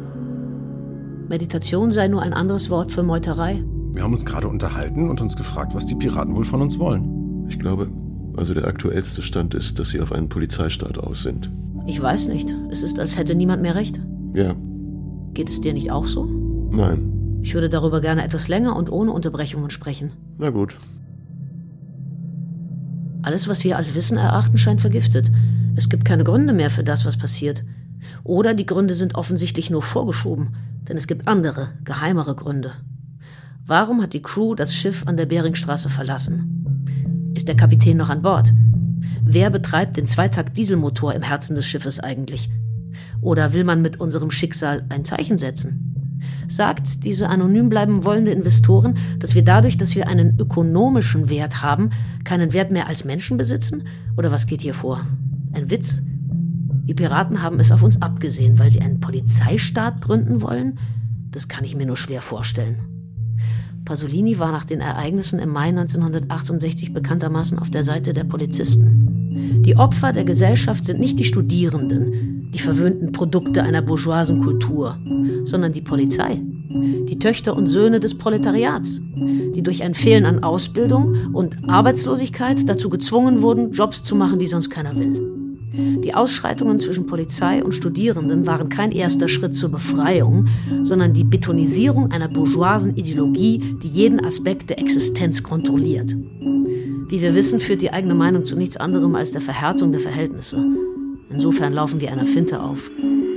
[SPEAKER 17] Meditation sei nur ein anderes Wort für Meuterei.
[SPEAKER 9] Wir haben uns gerade unterhalten und uns gefragt, was die Piraten wohl von uns wollen.
[SPEAKER 4] Ich glaube, also der aktuellste Stand ist, dass sie auf einen Polizeistaat aus sind.
[SPEAKER 17] Ich weiß nicht. Es ist, als hätte niemand mehr recht.
[SPEAKER 4] Ja,
[SPEAKER 17] Geht es dir nicht auch so?
[SPEAKER 4] nein.
[SPEAKER 17] Ich würde darüber gerne etwas länger und ohne Unterbrechungen sprechen.
[SPEAKER 4] Na gut.
[SPEAKER 17] Alles, was wir als Wissen erachten, scheint vergiftet. Es gibt keine Gründe mehr für das, was passiert. Oder die Gründe sind offensichtlich nur vorgeschoben, denn es gibt andere, geheimere Gründe. Warum hat die Crew das Schiff an der Beringstraße verlassen? Ist der Kapitän noch an Bord? Wer betreibt den Zweitakt-Dieselmotor im Herzen des Schiffes eigentlich? Oder will man mit unserem Schicksal ein Zeichen setzen? Sagt diese anonym bleiben wollende Investoren, dass wir dadurch, dass wir einen ökonomischen Wert haben, keinen Wert mehr als Menschen besitzen? Oder was geht hier vor? Ein Witz? Die Piraten haben es auf uns abgesehen, weil sie einen Polizeistaat gründen wollen? Das kann ich mir nur schwer vorstellen. Pasolini war nach den Ereignissen im Mai 1968 bekanntermaßen auf der Seite der Polizisten. Die Opfer der Gesellschaft sind nicht die Studierenden, die verwöhnten Produkte einer bourgeoisen Kultur, sondern die Polizei, die Töchter und Söhne des Proletariats, die durch ein Fehlen an Ausbildung und Arbeitslosigkeit dazu gezwungen wurden, Jobs zu machen, die sonst keiner will. Die Ausschreitungen zwischen Polizei und Studierenden waren kein erster Schritt zur Befreiung, sondern die Betonisierung einer bourgeoisen Ideologie, die jeden Aspekt der Existenz kontrolliert. Wie wir wissen, führt die eigene Meinung zu nichts anderem als der Verhärtung der Verhältnisse. Insofern laufen wir einer Finte auf.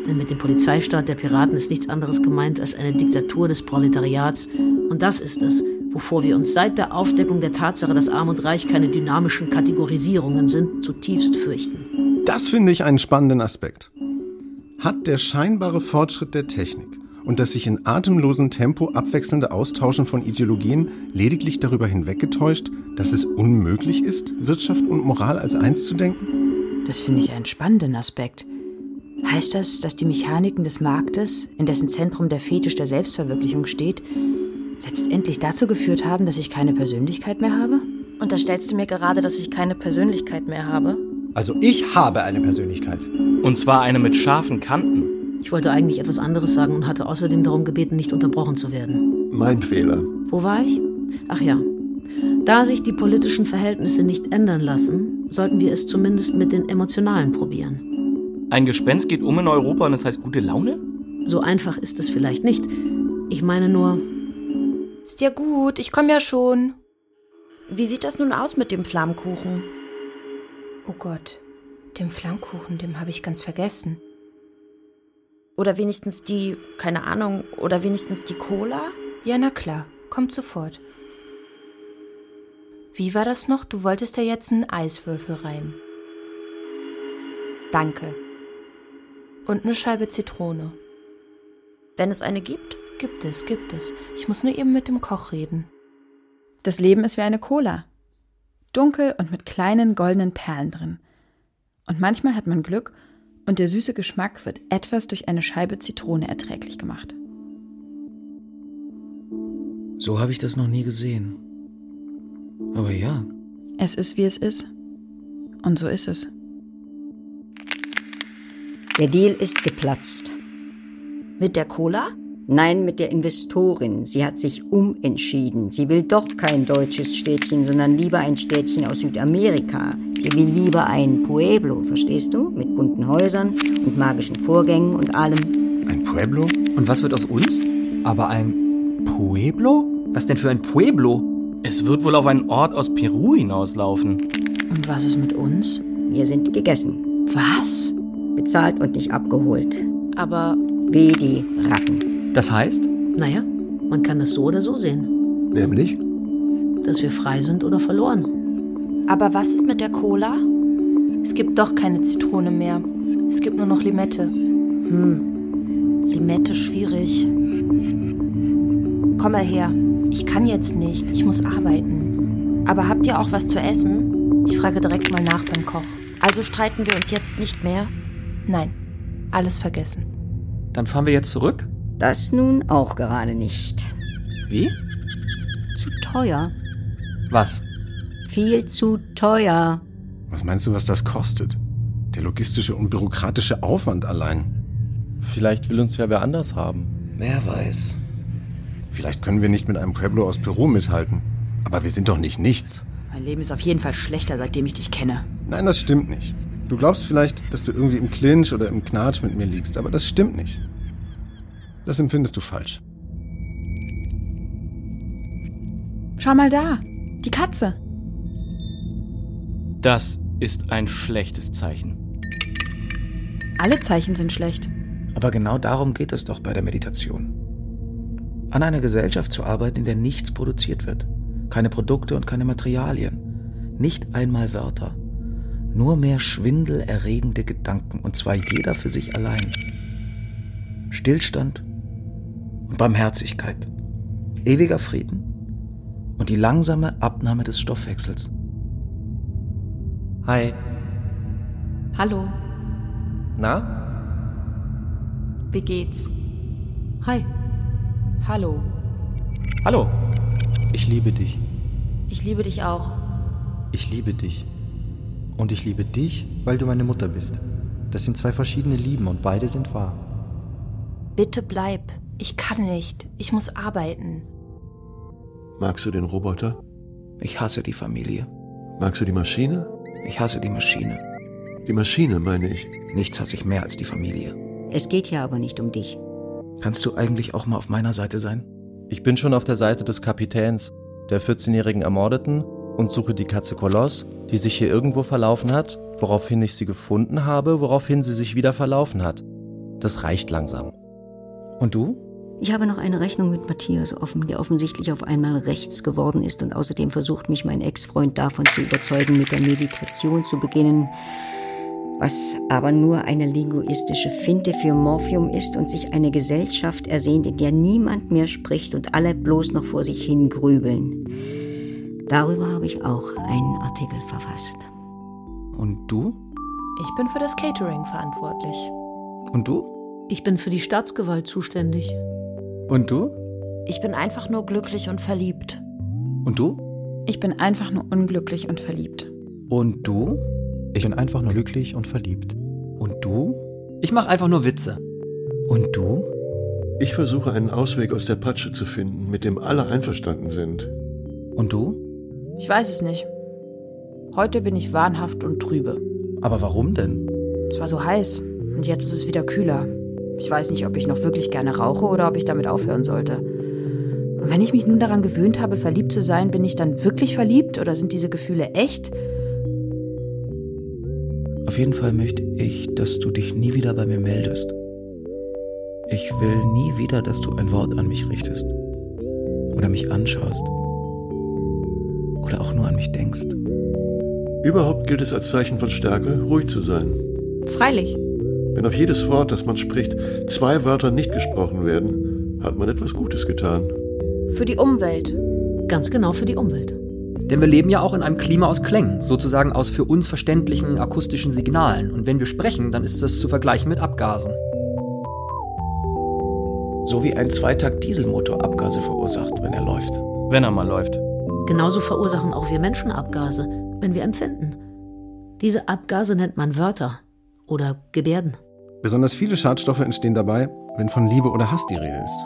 [SPEAKER 17] Denn mit dem Polizeistaat der Piraten ist nichts anderes gemeint als eine Diktatur des Proletariats. Und das ist es, wovor wir uns seit der Aufdeckung der Tatsache, dass Arm und Reich keine dynamischen Kategorisierungen sind, zutiefst fürchten.
[SPEAKER 9] Das finde ich einen spannenden Aspekt. Hat der scheinbare Fortschritt der Technik und das sich in atemlosem Tempo abwechselnde Austauschen von Ideologien lediglich darüber hinweggetäuscht, dass es unmöglich ist, Wirtschaft und Moral als eins zu denken?
[SPEAKER 15] Das finde ich einen spannenden Aspekt. Heißt das, dass die Mechaniken des Marktes, in dessen Zentrum der Fetisch der Selbstverwirklichung steht, letztendlich dazu geführt haben, dass ich keine Persönlichkeit mehr habe?
[SPEAKER 5] Unterstellst du mir gerade, dass ich keine Persönlichkeit mehr habe?
[SPEAKER 16] Also ich habe eine Persönlichkeit.
[SPEAKER 11] Und zwar eine mit scharfen Kanten.
[SPEAKER 17] Ich wollte eigentlich etwas anderes sagen und hatte außerdem darum gebeten, nicht unterbrochen zu werden.
[SPEAKER 4] Mein Fehler.
[SPEAKER 17] Wo war ich? Ach ja. Da sich die politischen Verhältnisse nicht ändern lassen, sollten wir es zumindest mit den emotionalen probieren.
[SPEAKER 11] Ein Gespenst geht um in Europa und es heißt gute Laune?
[SPEAKER 17] So einfach ist es vielleicht nicht. Ich meine nur,
[SPEAKER 6] Ist ja gut, ich komme ja schon.
[SPEAKER 14] Wie sieht das nun aus mit dem Flammkuchen?
[SPEAKER 6] Oh Gott, dem Flammkuchen, dem habe ich ganz vergessen.
[SPEAKER 14] Oder wenigstens die, keine Ahnung, oder wenigstens die Cola?
[SPEAKER 6] Ja, na klar, kommt sofort. Wie war das noch? Du wolltest ja jetzt einen Eiswürfel rein.
[SPEAKER 14] Danke.
[SPEAKER 6] Und eine Scheibe Zitrone.
[SPEAKER 14] Wenn es eine gibt?
[SPEAKER 6] Gibt es, gibt es. Ich muss nur eben mit dem Koch reden.
[SPEAKER 13] Das Leben ist wie eine Cola. Dunkel und mit kleinen goldenen Perlen drin. Und manchmal hat man Glück und der süße Geschmack wird etwas durch eine Scheibe Zitrone erträglich gemacht.
[SPEAKER 2] So habe ich das noch nie gesehen.
[SPEAKER 16] Aber ja.
[SPEAKER 13] Es ist, wie es ist. Und so ist es.
[SPEAKER 8] Der Deal ist geplatzt.
[SPEAKER 5] Mit der Cola?
[SPEAKER 8] Nein, mit der Investorin. Sie hat sich umentschieden. Sie will doch kein deutsches Städtchen, sondern lieber ein Städtchen aus Südamerika. Sie will lieber ein Pueblo, verstehst du? Mit bunten Häusern und magischen Vorgängen und allem.
[SPEAKER 9] Ein Pueblo?
[SPEAKER 12] Und was wird aus uns? Aber ein Pueblo? Was denn für ein Pueblo?
[SPEAKER 11] Es wird wohl auf einen Ort aus Peru hinauslaufen.
[SPEAKER 15] Und was ist mit uns?
[SPEAKER 8] Wir sind gegessen.
[SPEAKER 15] Was?
[SPEAKER 8] Bezahlt und nicht abgeholt.
[SPEAKER 5] Aber.
[SPEAKER 8] Wie die Ratten.
[SPEAKER 12] Das heißt?
[SPEAKER 17] Naja, man kann es so oder so sehen.
[SPEAKER 9] Nämlich?
[SPEAKER 17] Dass wir frei sind oder verloren.
[SPEAKER 14] Aber was ist mit der Cola? Es gibt doch keine Zitrone mehr. Es gibt nur noch Limette. Hm. Limette schwierig. Komm mal her. Ich kann jetzt nicht. Ich muss arbeiten. Aber habt ihr auch was zu essen? Ich frage direkt mal nach beim Koch. Also streiten wir uns jetzt nicht mehr? Nein. Alles vergessen.
[SPEAKER 12] Dann fahren wir jetzt zurück?
[SPEAKER 8] Das nun auch gerade nicht.
[SPEAKER 12] Wie?
[SPEAKER 8] Zu teuer.
[SPEAKER 12] Was?
[SPEAKER 8] Viel zu teuer.
[SPEAKER 9] Was meinst du, was das kostet? Der logistische und bürokratische Aufwand allein.
[SPEAKER 10] Vielleicht will uns ja wer anders haben.
[SPEAKER 2] Wer weiß.
[SPEAKER 9] Vielleicht können wir nicht mit einem Pueblo aus Peru mithalten. Aber wir sind doch nicht nichts.
[SPEAKER 15] Mein Leben ist auf jeden Fall schlechter, seitdem ich dich kenne.
[SPEAKER 9] Nein, das stimmt nicht. Du glaubst vielleicht, dass du irgendwie im Clinch oder im Knatsch mit mir liegst, aber das stimmt nicht. Das empfindest du falsch.
[SPEAKER 13] Schau mal da, die Katze.
[SPEAKER 11] Das ist ein schlechtes Zeichen.
[SPEAKER 13] Alle Zeichen sind schlecht.
[SPEAKER 2] Aber genau darum geht es doch bei der Meditation. An einer Gesellschaft zu arbeiten, in der nichts produziert wird. Keine Produkte und keine Materialien. Nicht einmal Wörter. Nur mehr schwindelerregende Gedanken, und zwar jeder für sich allein. Stillstand und Barmherzigkeit. Ewiger Frieden und die langsame Abnahme des Stoffwechsels.
[SPEAKER 10] Hi.
[SPEAKER 5] Hallo.
[SPEAKER 10] Na?
[SPEAKER 5] Wie geht's?
[SPEAKER 15] Hi. Hallo.
[SPEAKER 10] Hallo. Ich liebe dich.
[SPEAKER 5] Ich liebe dich auch.
[SPEAKER 7] Ich liebe dich. Und ich liebe dich, weil du meine Mutter bist. Das sind zwei verschiedene Lieben und beide sind wahr.
[SPEAKER 14] Bitte bleib. Ich kann nicht. Ich muss arbeiten.
[SPEAKER 4] Magst du den Roboter?
[SPEAKER 2] Ich hasse die Familie.
[SPEAKER 4] Magst du die Maschine?
[SPEAKER 2] Ich hasse die Maschine.
[SPEAKER 4] Die Maschine, meine ich.
[SPEAKER 2] Nichts hasse ich mehr als die Familie.
[SPEAKER 8] Es geht hier aber nicht um dich.
[SPEAKER 2] Kannst du eigentlich auch mal auf meiner Seite sein?
[SPEAKER 10] Ich bin schon auf der Seite des Kapitäns, der 14-jährigen Ermordeten, und suche die Katze Koloss, die sich hier irgendwo verlaufen hat, woraufhin ich sie gefunden habe, woraufhin sie sich wieder verlaufen hat. Das reicht langsam.
[SPEAKER 2] Und du?
[SPEAKER 8] Ich habe noch eine Rechnung mit Matthias offen, der offensichtlich auf einmal rechts geworden ist und außerdem versucht mich mein Ex-Freund davon zu überzeugen, mit der Meditation zu beginnen was aber nur eine linguistische Finte für Morphium ist und sich eine Gesellschaft ersehnt, in der niemand mehr spricht und alle bloß noch vor sich hin grübeln. Darüber habe ich auch einen Artikel verfasst.
[SPEAKER 2] Und du?
[SPEAKER 14] Ich bin für das Catering verantwortlich.
[SPEAKER 2] Und du?
[SPEAKER 17] Ich bin für die Staatsgewalt zuständig.
[SPEAKER 2] Und du?
[SPEAKER 14] Ich bin einfach nur glücklich und verliebt.
[SPEAKER 2] Und du?
[SPEAKER 13] Ich bin einfach nur unglücklich und verliebt.
[SPEAKER 2] Und du?
[SPEAKER 7] Ich bin einfach nur glücklich und verliebt.
[SPEAKER 2] Und du?
[SPEAKER 12] Ich mache einfach nur Witze.
[SPEAKER 2] Und du?
[SPEAKER 4] Ich versuche einen Ausweg aus der Patsche zu finden, mit dem alle einverstanden sind.
[SPEAKER 2] Und du?
[SPEAKER 13] Ich weiß es nicht. Heute bin ich wahnhaft und trübe.
[SPEAKER 2] Aber warum denn?
[SPEAKER 13] Es war so heiß und jetzt ist es wieder kühler. Ich weiß nicht, ob ich noch wirklich gerne rauche oder ob ich damit aufhören sollte. Und wenn ich mich nun daran gewöhnt habe, verliebt zu sein, bin ich dann wirklich verliebt oder sind diese Gefühle echt?
[SPEAKER 2] Auf jeden Fall möchte ich, dass du dich nie wieder bei mir meldest. Ich will nie wieder, dass du ein Wort an mich richtest. Oder mich anschaust. Oder auch nur an mich denkst.
[SPEAKER 4] Überhaupt gilt es als Zeichen von Stärke, ruhig zu sein.
[SPEAKER 5] Freilich.
[SPEAKER 4] Wenn auf jedes Wort, das man spricht, zwei Wörter nicht gesprochen werden, hat man etwas Gutes getan.
[SPEAKER 5] Für die Umwelt.
[SPEAKER 17] Ganz genau für die Umwelt.
[SPEAKER 12] Denn wir leben ja auch in einem Klima aus Klängen, sozusagen aus für uns verständlichen akustischen Signalen. Und wenn wir sprechen, dann ist das zu vergleichen mit Abgasen.
[SPEAKER 2] So wie ein Zweitakt-Dieselmotor Abgase verursacht, wenn er läuft.
[SPEAKER 11] Wenn er mal läuft.
[SPEAKER 17] Genauso verursachen auch wir Menschen Abgase, wenn wir empfinden. Diese Abgase nennt man Wörter oder Gebärden.
[SPEAKER 9] Besonders viele Schadstoffe entstehen dabei, wenn von Liebe oder Hass die Rede ist.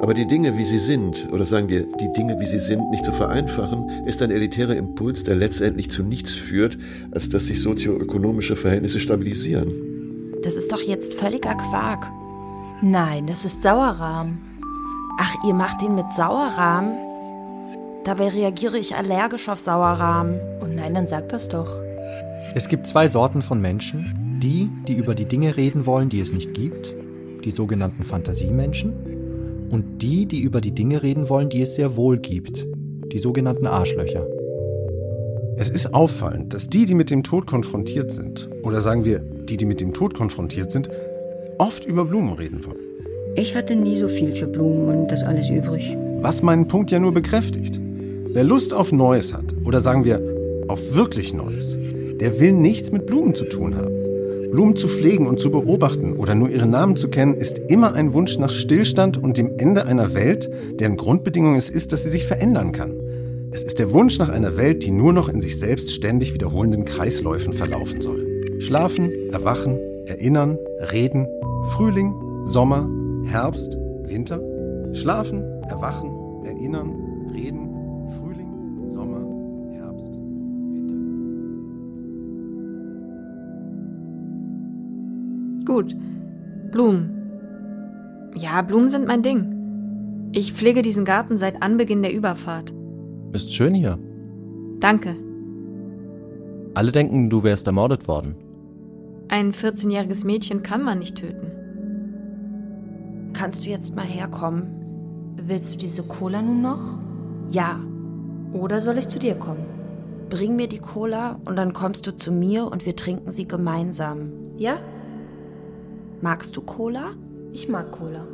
[SPEAKER 4] Aber die Dinge, wie sie sind, oder sagen wir, die Dinge, wie sie sind, nicht zu vereinfachen, ist ein elitärer Impuls, der letztendlich zu nichts führt, als dass sich sozioökonomische Verhältnisse stabilisieren.
[SPEAKER 29] Das ist doch jetzt völliger Quark.
[SPEAKER 6] Nein, das ist Sauerrahm.
[SPEAKER 29] Ach, ihr macht den mit Sauerrahm? Dabei reagiere ich allergisch auf Sauerrahm.
[SPEAKER 6] Und oh nein, dann sag das doch.
[SPEAKER 7] Es gibt zwei Sorten von Menschen. Die, die über die Dinge reden wollen, die es nicht gibt, die sogenannten Fantasiemenschen. Und die, die über die Dinge reden wollen, die es sehr wohl gibt, die sogenannten Arschlöcher.
[SPEAKER 9] Es ist auffallend, dass die, die mit dem Tod konfrontiert sind, oder sagen wir, die, die mit dem Tod konfrontiert sind, oft über Blumen reden wollen.
[SPEAKER 8] Ich hatte nie so viel für Blumen und das alles übrig.
[SPEAKER 9] Was meinen Punkt ja nur bekräftigt. Wer Lust auf Neues hat, oder sagen wir, auf wirklich Neues, der will nichts mit Blumen zu tun haben. Blumen zu pflegen und zu beobachten oder nur ihren Namen zu kennen, ist immer ein Wunsch nach Stillstand und dem Ende einer Welt, deren Grundbedingung es ist, dass sie sich verändern kann. Es ist der Wunsch nach einer Welt, die nur noch in sich selbst ständig wiederholenden Kreisläufen verlaufen soll. Schlafen, erwachen, erinnern, reden, Frühling, Sommer, Herbst, Winter. Schlafen, erwachen, erinnern, reden, Frühling, Sommer, Herbst, Winter.
[SPEAKER 3] Gut. Blumen. Ja, Blumen sind mein Ding. Ich pflege diesen Garten seit Anbeginn der Überfahrt.
[SPEAKER 10] Ist schön hier.
[SPEAKER 3] Danke.
[SPEAKER 10] Alle denken, du wärst ermordet worden.
[SPEAKER 3] Ein 14-jähriges Mädchen kann man nicht töten.
[SPEAKER 29] Kannst du jetzt mal herkommen? Willst du diese Cola nun noch? Ja.
[SPEAKER 6] Oder soll ich zu dir kommen?
[SPEAKER 29] Bring mir die Cola und dann kommst du zu mir und wir trinken sie gemeinsam.
[SPEAKER 6] Ja?
[SPEAKER 29] Magst du Cola?
[SPEAKER 6] Ich mag Cola.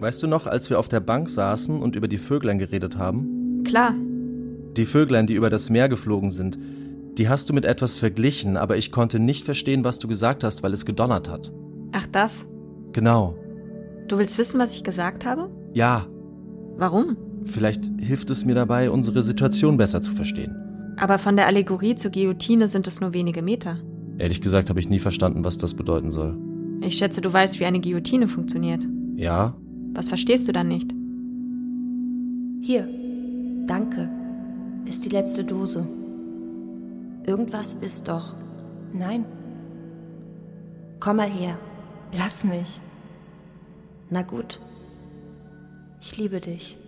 [SPEAKER 10] Weißt du noch, als wir auf der Bank saßen und über die Vöglein geredet haben?
[SPEAKER 3] Klar.
[SPEAKER 10] Die Vöglein, die über das Meer geflogen sind, die hast du mit etwas verglichen, aber ich konnte nicht verstehen, was du gesagt hast, weil es gedonnert hat.
[SPEAKER 3] Ach das?
[SPEAKER 10] Genau.
[SPEAKER 3] Du willst wissen, was ich gesagt habe?
[SPEAKER 10] Ja.
[SPEAKER 3] Warum?
[SPEAKER 10] Vielleicht hilft es mir dabei, unsere Situation besser zu verstehen.
[SPEAKER 3] Aber von der Allegorie zur Guillotine sind es nur wenige Meter.
[SPEAKER 10] Ehrlich gesagt habe ich nie verstanden, was das bedeuten soll.
[SPEAKER 3] Ich schätze, du weißt, wie eine Guillotine funktioniert.
[SPEAKER 10] Ja.
[SPEAKER 3] Was verstehst du dann nicht?
[SPEAKER 6] Hier.
[SPEAKER 29] Danke.
[SPEAKER 6] Ist die letzte Dose.
[SPEAKER 29] Irgendwas ist doch.
[SPEAKER 6] Nein.
[SPEAKER 29] Komm mal her.
[SPEAKER 6] Lass mich.
[SPEAKER 29] Na gut.
[SPEAKER 6] Ich liebe dich.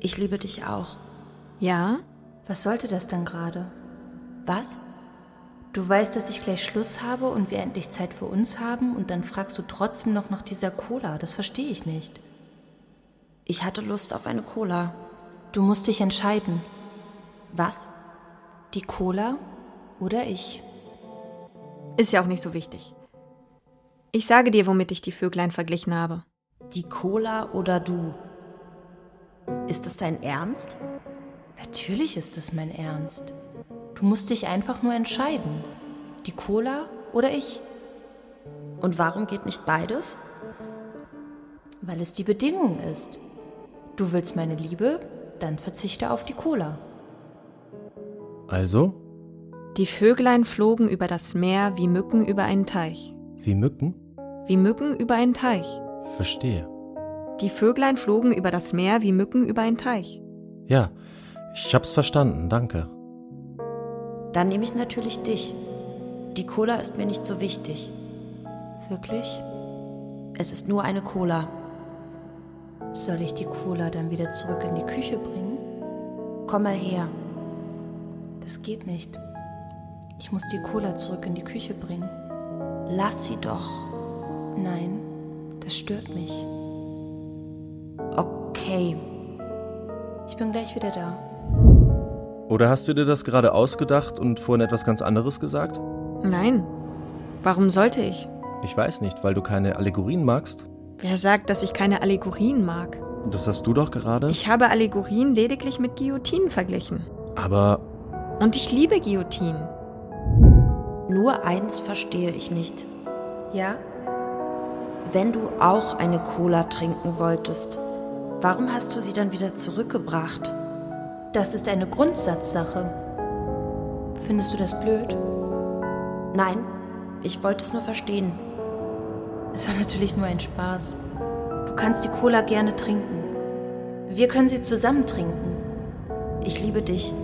[SPEAKER 29] Ich liebe dich auch.
[SPEAKER 3] Ja?
[SPEAKER 6] Was sollte das dann gerade?
[SPEAKER 29] Was?
[SPEAKER 6] Du weißt, dass ich gleich Schluss habe und wir endlich Zeit für uns haben und dann fragst du trotzdem noch nach dieser Cola. Das verstehe ich nicht.
[SPEAKER 29] Ich hatte Lust auf eine Cola.
[SPEAKER 6] Du musst dich entscheiden.
[SPEAKER 29] Was?
[SPEAKER 6] Die Cola oder ich?
[SPEAKER 3] Ist ja auch nicht so wichtig. Ich sage dir, womit ich die Vöglein verglichen habe.
[SPEAKER 29] Die Cola oder du? Ist das dein Ernst?
[SPEAKER 6] Natürlich ist es mein Ernst. Du musst dich einfach nur entscheiden. Die Cola oder ich?
[SPEAKER 29] Und warum geht nicht beides?
[SPEAKER 6] Weil es die Bedingung ist. Du willst meine Liebe, dann verzichte auf die Cola.
[SPEAKER 10] Also?
[SPEAKER 3] Die Vöglein flogen über das Meer wie Mücken über einen Teich.
[SPEAKER 10] Wie Mücken?
[SPEAKER 3] Wie Mücken über einen Teich.
[SPEAKER 10] Verstehe.
[SPEAKER 3] Die Vöglein flogen über das Meer wie Mücken über einen Teich.
[SPEAKER 10] Ja, ich hab's verstanden, danke.
[SPEAKER 29] Dann nehme ich natürlich dich. Die Cola ist mir nicht so wichtig.
[SPEAKER 6] Wirklich?
[SPEAKER 29] Es ist nur eine Cola.
[SPEAKER 6] Soll ich die Cola dann wieder zurück in die Küche bringen?
[SPEAKER 29] Komm mal her.
[SPEAKER 6] Das geht nicht. Ich muss die Cola zurück in die Küche bringen.
[SPEAKER 29] Lass sie doch.
[SPEAKER 6] Nein, das stört mich.
[SPEAKER 29] Okay.
[SPEAKER 6] Ich bin gleich wieder da.
[SPEAKER 10] Oder hast du dir das gerade ausgedacht und vorhin etwas ganz anderes gesagt?
[SPEAKER 3] Nein. Warum sollte ich?
[SPEAKER 10] Ich weiß nicht, weil du keine Allegorien magst.
[SPEAKER 3] Wer sagt, dass ich keine Allegorien mag?
[SPEAKER 10] Das hast du doch gerade.
[SPEAKER 3] Ich habe Allegorien lediglich mit Guillotinen verglichen.
[SPEAKER 10] Aber
[SPEAKER 3] und ich liebe Guillotinen.
[SPEAKER 29] Nur eins verstehe ich nicht.
[SPEAKER 6] Ja?
[SPEAKER 29] Wenn du auch eine Cola trinken wolltest,
[SPEAKER 30] Warum hast du sie dann wieder zurückgebracht?
[SPEAKER 6] Das ist eine Grundsatzsache. Findest du das blöd?
[SPEAKER 30] Nein, ich wollte es nur verstehen.
[SPEAKER 6] Es war natürlich nur ein Spaß. Du kannst die Cola gerne trinken. Wir können sie zusammen trinken.
[SPEAKER 30] Ich liebe dich.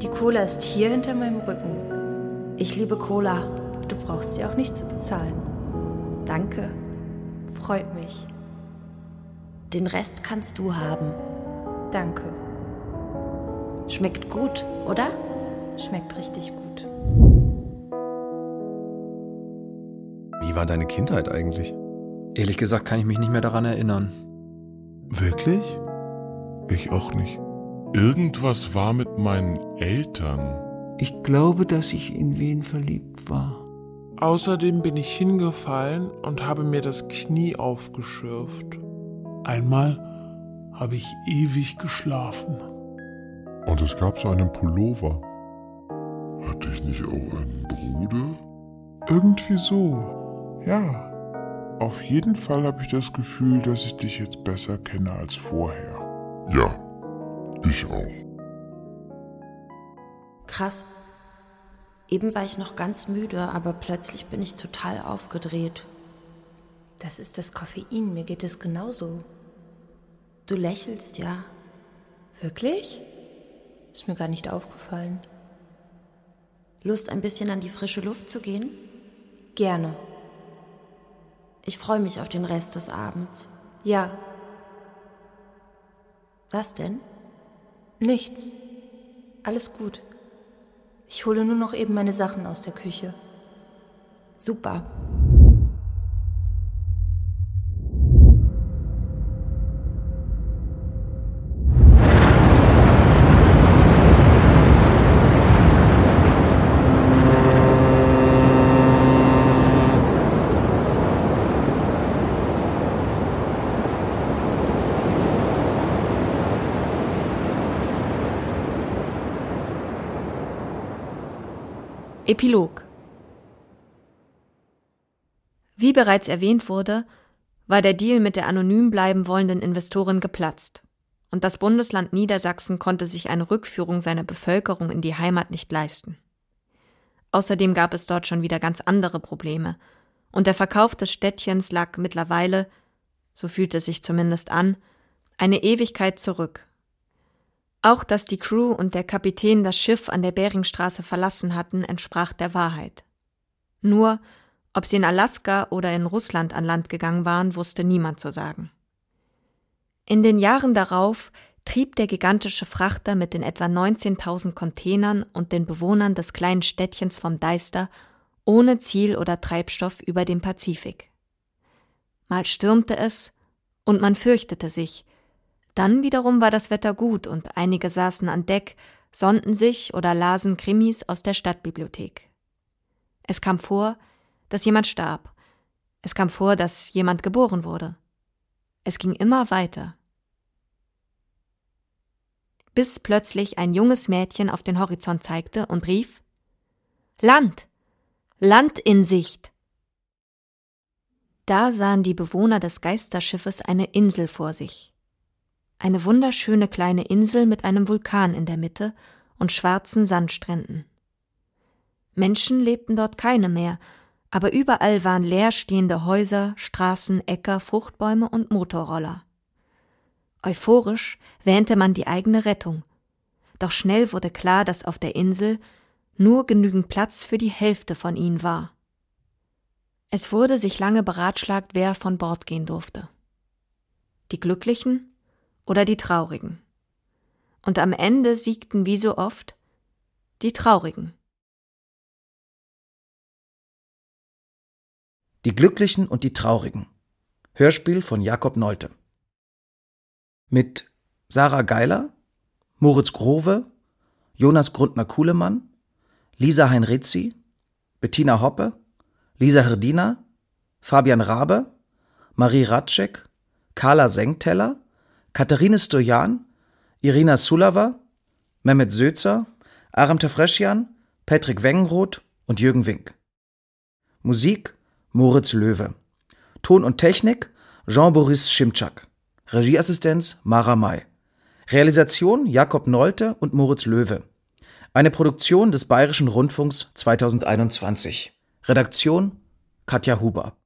[SPEAKER 6] Die Cola ist hier hinter meinem Rücken.
[SPEAKER 30] Ich liebe Cola.
[SPEAKER 6] Du brauchst sie auch nicht zu bezahlen.
[SPEAKER 30] Danke.
[SPEAKER 6] Freut mich.
[SPEAKER 30] Den Rest kannst du haben.
[SPEAKER 6] Danke.
[SPEAKER 30] Schmeckt gut, oder?
[SPEAKER 6] Schmeckt richtig gut.
[SPEAKER 31] Wie war deine Kindheit eigentlich?
[SPEAKER 9] Ehrlich gesagt kann ich mich nicht mehr daran erinnern.
[SPEAKER 14] Wirklich?
[SPEAKER 1] Ich auch nicht. Irgendwas war mit meinen Eltern.
[SPEAKER 14] Ich glaube, dass ich in wen verliebt war.
[SPEAKER 1] Außerdem bin ich hingefallen und habe mir das Knie aufgeschürft.
[SPEAKER 14] Einmal habe ich ewig geschlafen.
[SPEAKER 1] Und es gab so einen Pullover. Hatte ich nicht auch einen Bruder?
[SPEAKER 14] Irgendwie so. Ja. Auf jeden Fall habe ich das Gefühl, dass ich dich jetzt besser kenne als vorher.
[SPEAKER 1] Ja, ich auch.
[SPEAKER 30] Krass. Eben war ich noch ganz müde, aber plötzlich bin ich total aufgedreht.
[SPEAKER 6] Das ist das Koffein, mir geht es genauso.
[SPEAKER 30] Du lächelst ja.
[SPEAKER 6] Wirklich? Ist mir gar nicht aufgefallen.
[SPEAKER 30] Lust, ein bisschen an die frische Luft zu gehen?
[SPEAKER 6] Gerne.
[SPEAKER 30] Ich freue mich auf den Rest des Abends.
[SPEAKER 6] Ja.
[SPEAKER 30] Was denn?
[SPEAKER 6] Nichts. Alles gut. Ich hole nur noch eben meine Sachen aus der Küche.
[SPEAKER 30] Super.
[SPEAKER 3] Epilog Wie bereits erwähnt wurde, war der Deal mit der anonym bleiben wollenden Investorin geplatzt. Und das Bundesland Niedersachsen konnte sich eine Rückführung seiner Bevölkerung in die Heimat nicht leisten. Außerdem gab es dort schon wieder ganz andere Probleme. Und der Verkauf des Städtchens lag mittlerweile, so fühlte es sich zumindest an, eine Ewigkeit zurück. Auch dass die Crew und der Kapitän das Schiff an der Beringstraße verlassen hatten, entsprach der Wahrheit. Nur, ob sie in Alaska oder in Russland an Land gegangen waren, wusste niemand zu sagen. In den Jahren darauf trieb der gigantische Frachter mit den etwa 19.000 Containern und den Bewohnern des kleinen Städtchens vom Deister ohne Ziel oder Treibstoff über den Pazifik. Mal stürmte es und man fürchtete sich, dann wiederum war das Wetter gut und einige saßen an Deck, sonnten sich oder lasen Krimis aus der Stadtbibliothek. Es kam vor, dass jemand starb. Es kam vor, dass jemand geboren wurde. Es ging immer weiter. Bis plötzlich ein junges Mädchen auf den Horizont zeigte und rief Land. Land in Sicht. Da sahen die Bewohner des Geisterschiffes eine Insel vor sich eine wunderschöne kleine Insel mit einem Vulkan in der Mitte und schwarzen Sandstränden. Menschen lebten dort keine mehr, aber überall waren leerstehende Häuser, Straßen, Äcker, Fruchtbäume und Motorroller. Euphorisch wähnte man die eigene Rettung, doch schnell wurde klar, dass auf der Insel nur genügend Platz für die Hälfte von ihnen war. Es wurde sich lange beratschlagt, wer von Bord gehen durfte. Die Glücklichen oder die Traurigen. Und am Ende siegten wie so oft die Traurigen.
[SPEAKER 2] Die Glücklichen und die Traurigen. Hörspiel von Jakob Nolte. Mit Sarah Geiler, Moritz Grove, Jonas Grundner-Kuhlemann, Lisa Heinrizi, Bettina Hoppe, Lisa Herdina, Fabian Rabe, Marie Ratschek, Carla Senkteller, Katharine Stojan, Irina Sulava, Mehmet Sözer, Aram Tafreschian, Patrick Wengenroth und Jürgen Wink. Musik Moritz Löwe. Ton und Technik Jean-Boris Schimczak. Regieassistenz Mara May. Realisation Jakob Nolte und Moritz Löwe. Eine Produktion des Bayerischen Rundfunks 2021. Redaktion Katja Huber.